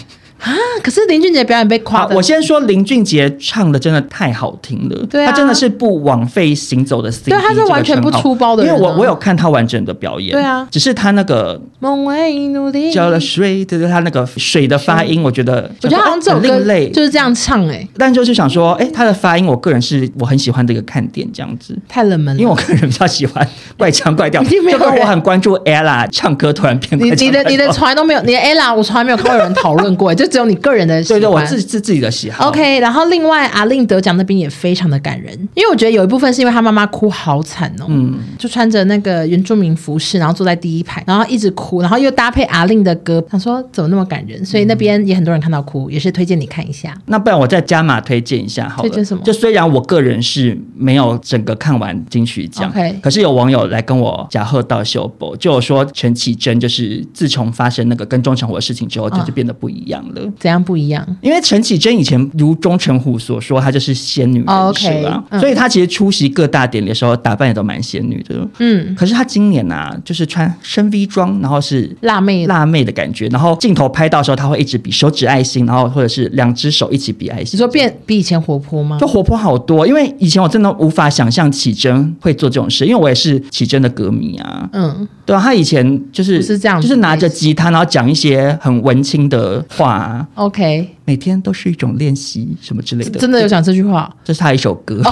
Speaker 1: 啊！可是林俊杰表演被夸
Speaker 3: 好，
Speaker 1: 的，
Speaker 3: 我先说林俊杰唱的真的太好听了，
Speaker 1: 对啊
Speaker 3: 他真的是不枉费行走的 CD，
Speaker 1: 对他是
Speaker 3: 这个
Speaker 1: 完全
Speaker 3: 称
Speaker 1: 不
Speaker 3: 号
Speaker 1: 出包的人啊
Speaker 3: 因为我我有看他完整的表演，
Speaker 1: 对啊
Speaker 3: 只是他那个
Speaker 1: 梦为努力，
Speaker 3: 浇了水，就是他那个水的发音，我觉得
Speaker 1: 我觉得好像这首
Speaker 3: 很另
Speaker 1: 歌
Speaker 3: 类，
Speaker 1: 就是这样唱、欸，哎，
Speaker 3: 但就是想说，哎，他的发音我个人是我很喜欢的一个看点，这样子。
Speaker 1: 太冷门了。
Speaker 3: 因为我个人比较喜欢怪腔 怪调，
Speaker 1: 一定没
Speaker 3: 就
Speaker 1: 有
Speaker 3: 跟我
Speaker 1: 人
Speaker 3: 很关注 ella 唱歌突然变
Speaker 1: 你
Speaker 3: 怪腔
Speaker 1: 你的
Speaker 3: 怪
Speaker 1: 你的
Speaker 3: 调
Speaker 1: 从来都没有，你的 Ella 我从来没有看过有人讨论 过、欸，就只有你个人的喜
Speaker 3: 对
Speaker 1: 欢。
Speaker 3: 对，我自自自己的喜好。
Speaker 1: OK，然后另外阿令得奖那边也非常的感人，因为我觉得有一部分是因为他妈妈哭好惨哦，
Speaker 3: 嗯
Speaker 1: 就穿着那个原住民服饰，然后坐在第一排，然后一直哭，然后又搭配阿令的歌，想说怎么那么感人，所以那边也很多人看到哭，也是推荐你看一下。
Speaker 3: 那不然我再加码推荐一下好了。
Speaker 1: 推荐什么
Speaker 3: 就虽然我个人是没有整个看完金曲奖
Speaker 1: OK
Speaker 3: 可是有网友来跟我假贺到秀博，就有说陈绮贞就是自从发生那个跟钟成虎的事情之后，就是
Speaker 1: 嗯
Speaker 3: 变得不一样了。
Speaker 1: 怎样不一样？
Speaker 3: 因为陈绮贞以前如钟成虎所说，她就是仙女人设啊
Speaker 1: 哦，OK，嗯
Speaker 3: 所以她其实出席各大典礼的时候打扮也都蛮仙女的。
Speaker 1: 嗯，
Speaker 3: 可是她今年啊，就是穿深 V 装，然后是
Speaker 1: 辣妹
Speaker 3: 辣妹的感觉，然后镜头拍到的时候，她会一直比手指爱心，然后或者是两只手一起比爱
Speaker 1: 你
Speaker 3: 心。
Speaker 1: 说变比以前活泼吗
Speaker 3: 就？活泼好多，因为以前我真的无法想象启真会做这种事，因为我也是启真的歌迷啊。
Speaker 1: 嗯，
Speaker 3: 对啊，他以前就是
Speaker 1: 不是这样子
Speaker 3: 就是拿着吉他，然后讲一些很文青的话、啊，
Speaker 1: OK，
Speaker 3: 每天都是一种练习什么之类的。
Speaker 1: 真的哦有讲这句话
Speaker 3: 这是他一首歌，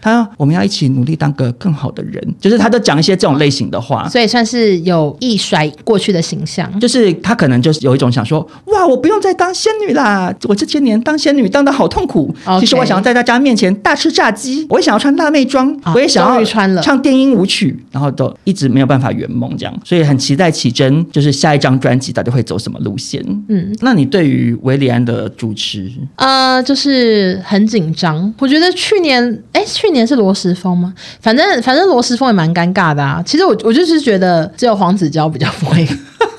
Speaker 3: 他我们要一起努力当个更好的人，就是他都讲一些这种类型的话
Speaker 1: 哦，，所以算是有意甩过去的形象。
Speaker 3: 就是他可能就是有一种想说，哇，我不用再当仙女啦，我这些年当仙女当的好痛苦。
Speaker 1: OK
Speaker 3: 其实我想要在大家面前大吃炸鸡，我也想要穿辣妹装，
Speaker 1: 啊
Speaker 3: 我也想
Speaker 1: 终
Speaker 3: 要
Speaker 1: 于穿了
Speaker 3: 唱电音舞曲，然后都一直没有办法圆梦这样，所以很期待启真就是下一张专辑到底会走什么路线。
Speaker 1: 嗯，
Speaker 3: 那你对于维里安的主持，
Speaker 1: 呃，就是很紧张。我觉得去年，哎，去年是罗时峰吗？反正反正罗时峰也蛮尴尬的啊。其实我我就是觉得只有黄子佼比较不会，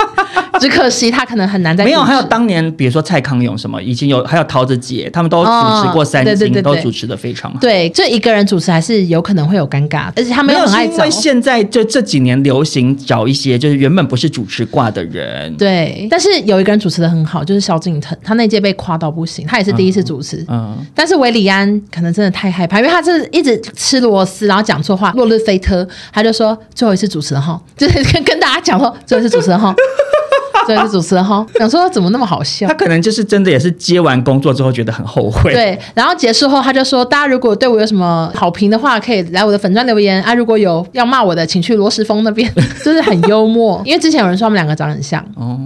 Speaker 1: 只可惜他可能很难在
Speaker 3: 没有，
Speaker 1: 主持
Speaker 3: 还有当年比如说蔡康永什么，已经有还有桃子姐，他们都主持过
Speaker 1: 哦
Speaker 3: 三金，
Speaker 1: 对对对对
Speaker 3: 都主持的非常好。
Speaker 1: 对，就一个人主持还是有可能会有尴尬，而且他们又
Speaker 3: 有，
Speaker 1: 很
Speaker 3: 是
Speaker 1: 爱
Speaker 3: 因
Speaker 1: 找
Speaker 3: 为。现在就这几年流行找一些就是原本不是主持挂的人，
Speaker 1: 对，但是有一个人主持的很好，就是萧敬腾，他那届被夸到不行，他也是第一次主持。
Speaker 3: 嗯，
Speaker 1: 但是维里安可能真的太害怕，因为他是一直吃螺丝，然后讲错话，落日 飞车，他就说最后一次主持人哈，就是跟跟大家讲说最后一次主持人哈，对，是主持人哈，想说怎么那么好笑
Speaker 3: 他。可能就是真的也是接完工作之后觉得很后悔。
Speaker 1: 对，然后结束后他就说，大家如果对我有什么好评的话，可以来我的粉钻留言啊。如果有要骂我的，请去罗时峰那边， 就是很幽默。因为之前有人说他们两个长很像，
Speaker 3: 哦，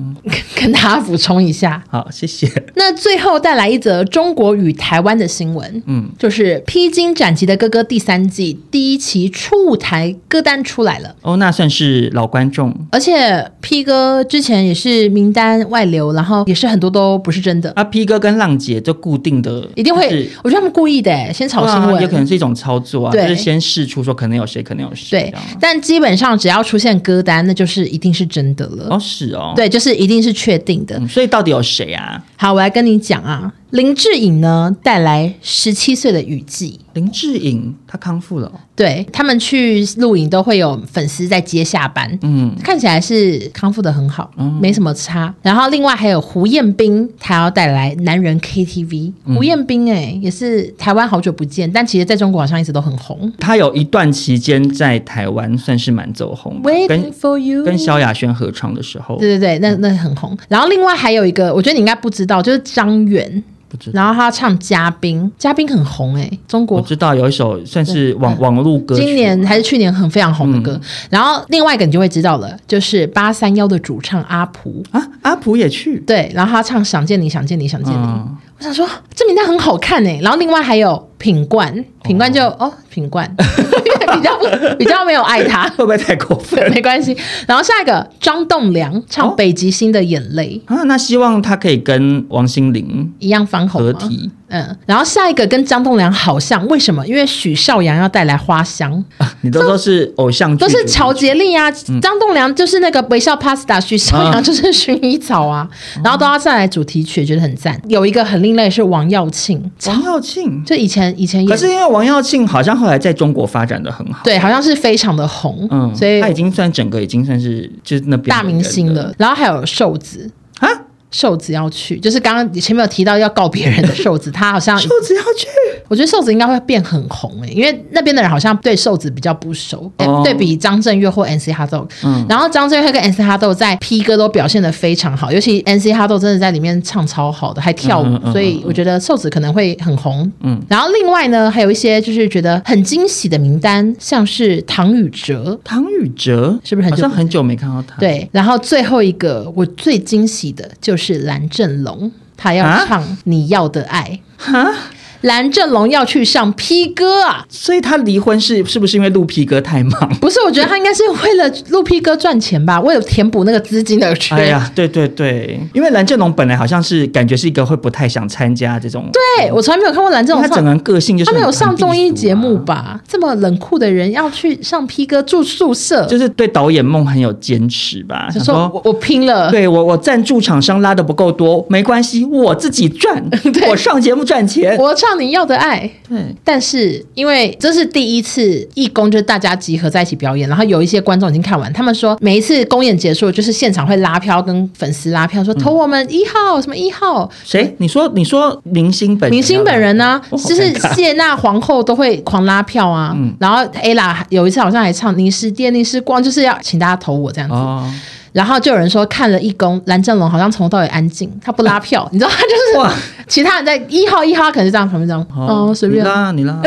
Speaker 1: 跟大家补充一下。
Speaker 3: 好，谢谢。
Speaker 1: 那最后带来一则中国与台湾的新闻，
Speaker 3: 嗯，
Speaker 1: 就是《披荆斩棘的哥哥》第三季第一期初舞台歌单出来了。
Speaker 3: 哦，那算是老观众
Speaker 1: 而且 P 哥之前也是名单外流，然后也是很多都不是真的，
Speaker 3: 啊。P 哥跟浪姐就固定的，
Speaker 1: 一定
Speaker 3: 就
Speaker 1: 会
Speaker 3: 是，
Speaker 1: 我觉得他们故意的欸，先炒新
Speaker 3: 对啊
Speaker 1: 闻，
Speaker 3: 也可能是一种操作啊，就
Speaker 1: 对
Speaker 3: 是先试出说可能有谁，可能有谁。
Speaker 1: 对
Speaker 3: 这样。
Speaker 1: 但基本上只要出现歌单，那就是一定是真的了。
Speaker 3: 哦，是哦，，
Speaker 1: 对，就是一定是确定的。
Speaker 3: 嗯，所以到底有谁啊？
Speaker 1: 好，我来跟你讲啊，林志颖呢带来十七岁的雨季，
Speaker 3: 林志颖他康复了哦，
Speaker 1: 对他们去露营都会有粉丝在接下班，
Speaker 3: 嗯，
Speaker 1: 看起来是康复的很好，没什么差。然后另外还有胡彦斌，他要带来男人 KTV。胡
Speaker 3: 嗯
Speaker 1: 彦斌哎、也是台湾好久不见，但其实在中国好像一直都很红。
Speaker 3: 他有一段期间在台湾算是蛮走红的，
Speaker 1: Waiting
Speaker 3: 跟
Speaker 1: for you，
Speaker 3: 跟萧亚轩合唱的时候，
Speaker 1: 对对对，那那很红。然后另外还有一个，我觉得你应该不知道，就是张远，
Speaker 3: 不知道。
Speaker 1: 然后他唱《嘉宾》，《嘉宾》很红哎、中
Speaker 3: 我
Speaker 1: 国
Speaker 3: 知道有一首算是网网络歌曲，
Speaker 1: 嗯
Speaker 3: 嗯
Speaker 1: 今年还是去年很非常红的歌。然后另外一个你就会知道了，就是八三幺的主唱阿蒲，
Speaker 3: 啊，阿普也去，
Speaker 1: 对，然后他唱《想见你，想见你，想见你》
Speaker 3: 嗯
Speaker 1: 我想说这名单很好看哎、然后另外还有品冠，品冠就哦品冠， 比较不比较没有爱他。
Speaker 3: 会不会太过分
Speaker 1: 对，没关系。然后下一个张栋梁唱
Speaker 3: 哦
Speaker 1: 《北极星的眼泪》
Speaker 3: 啊？那希望他可以跟王心凌
Speaker 1: 一样翻红
Speaker 3: 合
Speaker 1: 吗？
Speaker 3: 体。
Speaker 1: 嗯，然后下一个跟张栋梁好像，为什么？因为许绍洋要带来花香，
Speaker 3: 啊你都说是偶像剧
Speaker 1: 都
Speaker 3: 主题曲，
Speaker 1: 是乔杰利啊，张栋梁就是那个微笑 pasta，许绍
Speaker 3: 嗯啊哦
Speaker 1: 洋就是薰衣草啊，然后都要再来主题曲，觉得很赞。有一个很另类是王耀庆，
Speaker 3: 王耀庆。
Speaker 1: 就以前以前也
Speaker 3: 哦可是因为王耀庆好像后来在中国发展的很好，
Speaker 1: 对，好像是非常的红，
Speaker 3: 嗯，
Speaker 1: 所以
Speaker 3: 他已经算整个已经算是就是那边
Speaker 1: 大
Speaker 3: 的
Speaker 1: 明
Speaker 3: 人
Speaker 1: 星了。然后还有瘦子，
Speaker 3: 啊，
Speaker 1: 瘦子要去，就是刚刚前面有提到要告别人的瘦子，他好像
Speaker 3: 瘦子要去，
Speaker 1: 我觉得瘦子应该会变很红欸诶、因为那边的人好像对瘦子比较不熟，诶
Speaker 3: 哦
Speaker 1: 对比张震岳或 NC 哈豆。
Speaker 3: 嗯
Speaker 1: 然后张震岳跟 NC 哈豆在 P 歌都表现得非常好，尤其 NC 哈豆真的在里面唱超好的，还跳舞，
Speaker 3: 嗯嗯嗯
Speaker 1: 所以我觉得瘦子可能会很红。
Speaker 3: 嗯
Speaker 1: 嗯，然后另外呢，还有一些就是觉得很惊喜的名单，像是唐禹哲。
Speaker 3: 唐禹哲
Speaker 1: 是不是很
Speaker 3: 好
Speaker 1: 久
Speaker 3: 像很久没看到他？，
Speaker 1: 对，然后最后一个我最惊喜的就是蓝正龙，他要
Speaker 3: 啊
Speaker 1: 唱《你要的爱》
Speaker 3: 哈，
Speaker 1: 蓝正龙要去上 P 歌啊！
Speaker 3: 所以他离婚是是不是因为录皮哥太忙？
Speaker 1: 不是，我觉得他应该是为了录 P 歌赚 钱吧，为了填补那个资金的缺。
Speaker 3: 哎 呀，对对对，因为蓝正龙本来好像是感觉是一个会不太想参加这种，
Speaker 1: 对，哎我从来没有看过蓝正
Speaker 3: 因为
Speaker 1: 龙
Speaker 3: 他整
Speaker 1: 上，
Speaker 3: 个人个性就是
Speaker 1: 他没有
Speaker 3: 很
Speaker 1: 上综艺节目？
Speaker 3: 很避暑啊
Speaker 1: 吧？这么冷酷的人要去上 P 歌住宿舍，
Speaker 3: 就是对导演梦很有坚持吧，
Speaker 1: 就
Speaker 3: 想
Speaker 1: 说
Speaker 3: 说。
Speaker 1: 我我拼了。
Speaker 3: 对我，我赞助厂商拉的不够多，没关系，我自己赚
Speaker 1: 对，
Speaker 3: 我上节目赚钱。
Speaker 1: 我唱你要的爱，
Speaker 3: 对，
Speaker 1: 但是因为这是第一次义工，就是大家集合在一起表演，然后有一些观众已经看完，他们说每一次公演结束，就是现场会拉票，跟粉丝拉票，
Speaker 3: 嗯
Speaker 1: 说投我们一号什么一号，
Speaker 3: 谁？你说，你说明星本人啊
Speaker 1: 明星本人 呢、
Speaker 3: 我好
Speaker 1: 就是
Speaker 3: 尴尬嗯
Speaker 1: 谢娜皇后都会狂拉票啊。然后 ella 有一次好像还唱“你是电，你是光”，就是要请大家投我这样子。
Speaker 3: 哦，
Speaker 1: 然后就有人说看了一公蓝正龙好像从头到尾安静，他不拉票，你知道 他就是
Speaker 3: 哇
Speaker 1: 其他人在一号一号他可能是这样旁边这样
Speaker 3: 好
Speaker 1: 哦随便
Speaker 3: 你。拉你 拉。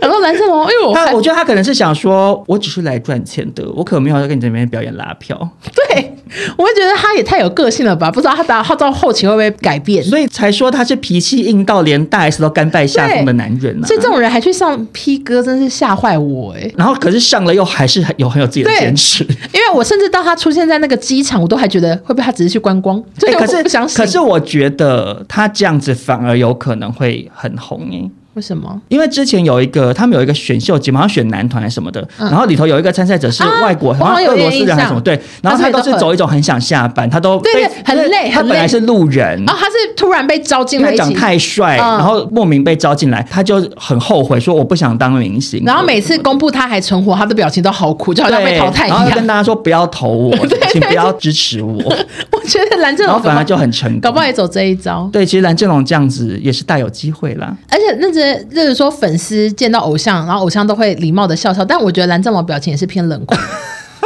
Speaker 1: 然后蓝正龙，哎呦，
Speaker 3: 他
Speaker 1: 还
Speaker 3: 我觉得他可能是想说，我只是来赚钱的，我可没有要跟你这边表演拉票，
Speaker 1: 对，我会觉得他也太有个性了吧？不知道他到他到后期会不会改变？
Speaker 3: 所以才说他是脾气硬到连大 S 都甘拜下风的男人啊。
Speaker 1: 所以这种人还去上 P 歌，真是吓坏我哎、
Speaker 3: 然后可是上了又还是很有很有自己的坚持。
Speaker 1: 因为我甚至到他出现在那个机场，我都还觉得会不会他只是去观光？所以
Speaker 3: 哎
Speaker 1: 我
Speaker 3: 可是
Speaker 1: 不相信。
Speaker 3: 可是我觉得他这样子反而有可能会很红诶、
Speaker 1: 为什么？
Speaker 3: 因为之前有一个，他们有一个选秀节目，好像选男团还是什么的，然后里头有一个参赛者是
Speaker 1: 嗯啊
Speaker 3: 外国，
Speaker 1: 我好像
Speaker 3: 像
Speaker 1: 有
Speaker 3: 俄罗
Speaker 1: 点
Speaker 3: 斯
Speaker 1: 印
Speaker 3: 人还是什
Speaker 1: 象
Speaker 3: 么，对，然后他
Speaker 1: 他所以
Speaker 3: 都
Speaker 1: 都
Speaker 3: 是
Speaker 1: 很
Speaker 3: 走一种很想下班，他都
Speaker 1: 对对
Speaker 3: 被
Speaker 1: 很
Speaker 3: 因为
Speaker 1: 累
Speaker 3: 他
Speaker 1: 很
Speaker 3: 本来
Speaker 1: 累
Speaker 3: 是路人
Speaker 1: 然，后他是突然被招进
Speaker 3: 因
Speaker 1: 来
Speaker 3: 为
Speaker 1: 一
Speaker 3: 长
Speaker 1: 起，
Speaker 3: 太帅，
Speaker 1: 嗯
Speaker 3: 然后莫名被招进来，他就很后悔，说我不想当明星，
Speaker 1: 然后每次公布他还存活，他的表情都好苦，就好像被
Speaker 3: 对
Speaker 1: 淘汰一
Speaker 3: 然后跟
Speaker 1: 样。
Speaker 3: 大家说不要投 我，请不要支持我，
Speaker 1: 我觉得蓝正
Speaker 3: 然后
Speaker 1: 龙搞不
Speaker 3: 反
Speaker 1: 好
Speaker 3: 而就很成
Speaker 1: 搞
Speaker 3: 功
Speaker 1: 不。好也走这一招。
Speaker 3: 对，其实蓝正龙这样子也是大有机会啦。
Speaker 1: 而且那些就是说粉丝见到偶像，然后偶像都会礼貌的笑笑，但我觉得蓝正龙表情也是偏冷酷。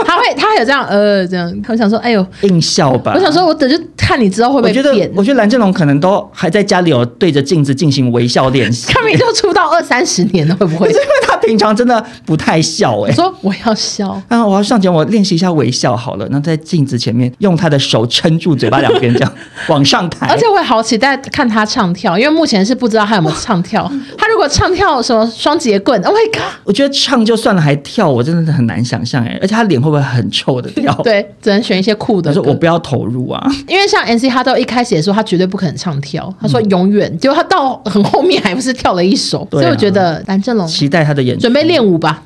Speaker 1: 他会他有这样呃这样，我想说，哎呦，
Speaker 3: 硬笑吧。
Speaker 1: 我想说，我等就看你知道会不
Speaker 3: 我
Speaker 1: 会
Speaker 3: 觉得
Speaker 1: 变，，
Speaker 3: 我觉得蓝正龙可能都还在家里有对着镜子进行微笑练习，
Speaker 1: 看明就出道二三十年了，会不
Speaker 3: 可
Speaker 1: 会
Speaker 3: 是？因为他平常真的不太笑哎、
Speaker 1: 我说我要笑，
Speaker 3: 啊，我要上前，我练习一下微笑好了。那在镜子前面，用他的手撑住嘴巴两边，这 样往上抬。
Speaker 1: 而且我也好期待看他唱跳，因为目前是不知道他有没有唱跳。 他如果唱跳什么双节棍，Oh my god！
Speaker 3: 我觉得唱就算了，还跳，我真的是很难想象哎、而且他脸会不会很臭的掉？，
Speaker 1: 对，只能选一些酷
Speaker 3: 我
Speaker 1: 的歌。
Speaker 3: 哦说我不要投入啊。
Speaker 1: 因为像 N C 哈豆一开始也说他绝对不可能唱
Speaker 3: 嗯
Speaker 1: 跳，他说永远，结果他到很后面还不是跳了一首，
Speaker 3: 对啊
Speaker 1: 所以我觉得蓝正龙
Speaker 3: 期待他的演出，
Speaker 1: 准备练舞吧。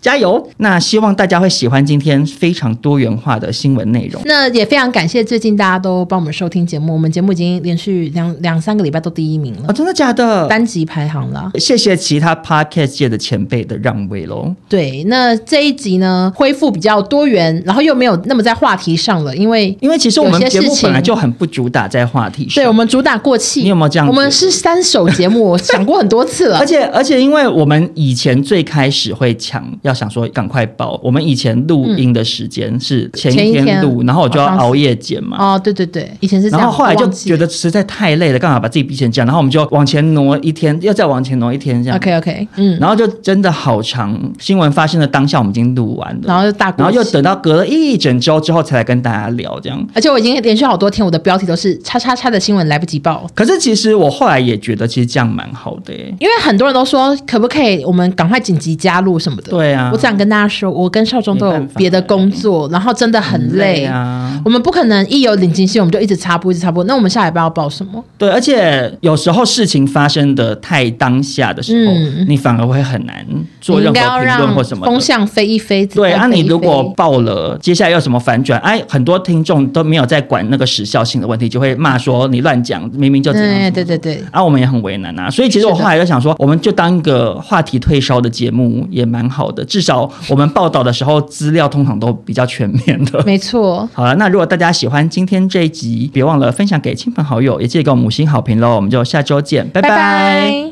Speaker 3: 加油！那希望大家会喜欢今天非常多元化的新闻内容。
Speaker 1: 那也非常感谢最近大家都帮我们收听节目，我们节目已经连续两两三个礼拜都第一名
Speaker 3: 哦，
Speaker 1: 了，
Speaker 3: 真的假的？
Speaker 1: 单集排行了。
Speaker 3: 谢谢其他 podcast 界的前辈的让位喽。
Speaker 1: 对，那这一集呢恢复比较多元，然后又没有那么在话题上了，因为
Speaker 3: 因为其实我们
Speaker 1: 有
Speaker 3: 节
Speaker 1: 些事
Speaker 3: 目本来
Speaker 1: 情
Speaker 3: 就很不主打在话题上，
Speaker 1: 对我们主打过气，
Speaker 3: 你有没有这样
Speaker 1: 我们
Speaker 3: 觉
Speaker 1: 是三首节目，我讲过很多次了
Speaker 3: 而。且而且，因为我们以前最开始会抢，要想说赶快报。我们以前录音的时间是前
Speaker 1: 前
Speaker 3: 一
Speaker 1: 一
Speaker 3: 天
Speaker 1: 天
Speaker 3: 录，然后我就要
Speaker 1: 好像是
Speaker 3: 熬夜剪嘛。
Speaker 1: 哦，对对对，以前是这
Speaker 3: 然
Speaker 1: 样，
Speaker 3: 后后来就
Speaker 1: 我忘记
Speaker 3: 觉得实在太累了，干嘛把自己逼成这样？然后我们就往前挪一天，又再往前挪一天这样。
Speaker 1: OK OK，嗯，
Speaker 3: 然后就真的好长，新闻发生的当下我们已经录完了，
Speaker 1: 然后就大过
Speaker 3: 然后又
Speaker 1: 期
Speaker 3: 等到隔了一整周之后才来跟大家聊这样。
Speaker 1: 而且我已经连续好多天，我的标题都是“叉叉叉”的新闻来不及报。
Speaker 3: 可是其实我后来也觉得，其实这样蛮好的、欸。
Speaker 1: 因为很多人都说，可不可以我们赶快紧急加入什么的？
Speaker 3: 对啊
Speaker 1: 我只想跟大家说，我跟少中都
Speaker 3: 没
Speaker 1: 有
Speaker 3: 办法
Speaker 1: 别的工作，然后真的很累
Speaker 3: 累啊
Speaker 1: 我们不可能一有领金薪我们就一直插播，一直插播。那我们下礼拜要报什么？
Speaker 3: 对，而且有时候事情发生的太当下的时候，
Speaker 1: 嗯
Speaker 3: 你反而会很难做
Speaker 1: 你
Speaker 3: 任何
Speaker 1: 应该要
Speaker 3: 评论
Speaker 1: 让
Speaker 3: 或什么
Speaker 1: 风
Speaker 3: 的。
Speaker 1: 向飞一飞。
Speaker 3: 对，
Speaker 1: 子
Speaker 3: 啊，
Speaker 1: 弹飞一
Speaker 3: 你如果
Speaker 1: 飞
Speaker 3: 爆了，接下来又有什么反转？哎，很多听众都没有在管那个时效性的问题，就会骂说你乱讲，明明就怎样怎
Speaker 1: 对
Speaker 3: 样。
Speaker 1: 哎对对对，
Speaker 3: 啊，我们也很为难啊，所以其实我
Speaker 1: 是
Speaker 3: 后
Speaker 1: 的
Speaker 3: 来就想说，我们就当一个话题退烧的节目也蛮好的，至少我们报道的时候资料通常都比较全面的。
Speaker 1: 没错。
Speaker 3: 好了，那如果大家喜欢今天这一集，别忘了分享给亲朋好友，也记得给我们五星好评喽。我们就下周见，拜
Speaker 1: 拜拜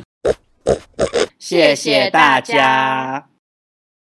Speaker 2: 谢谢大家。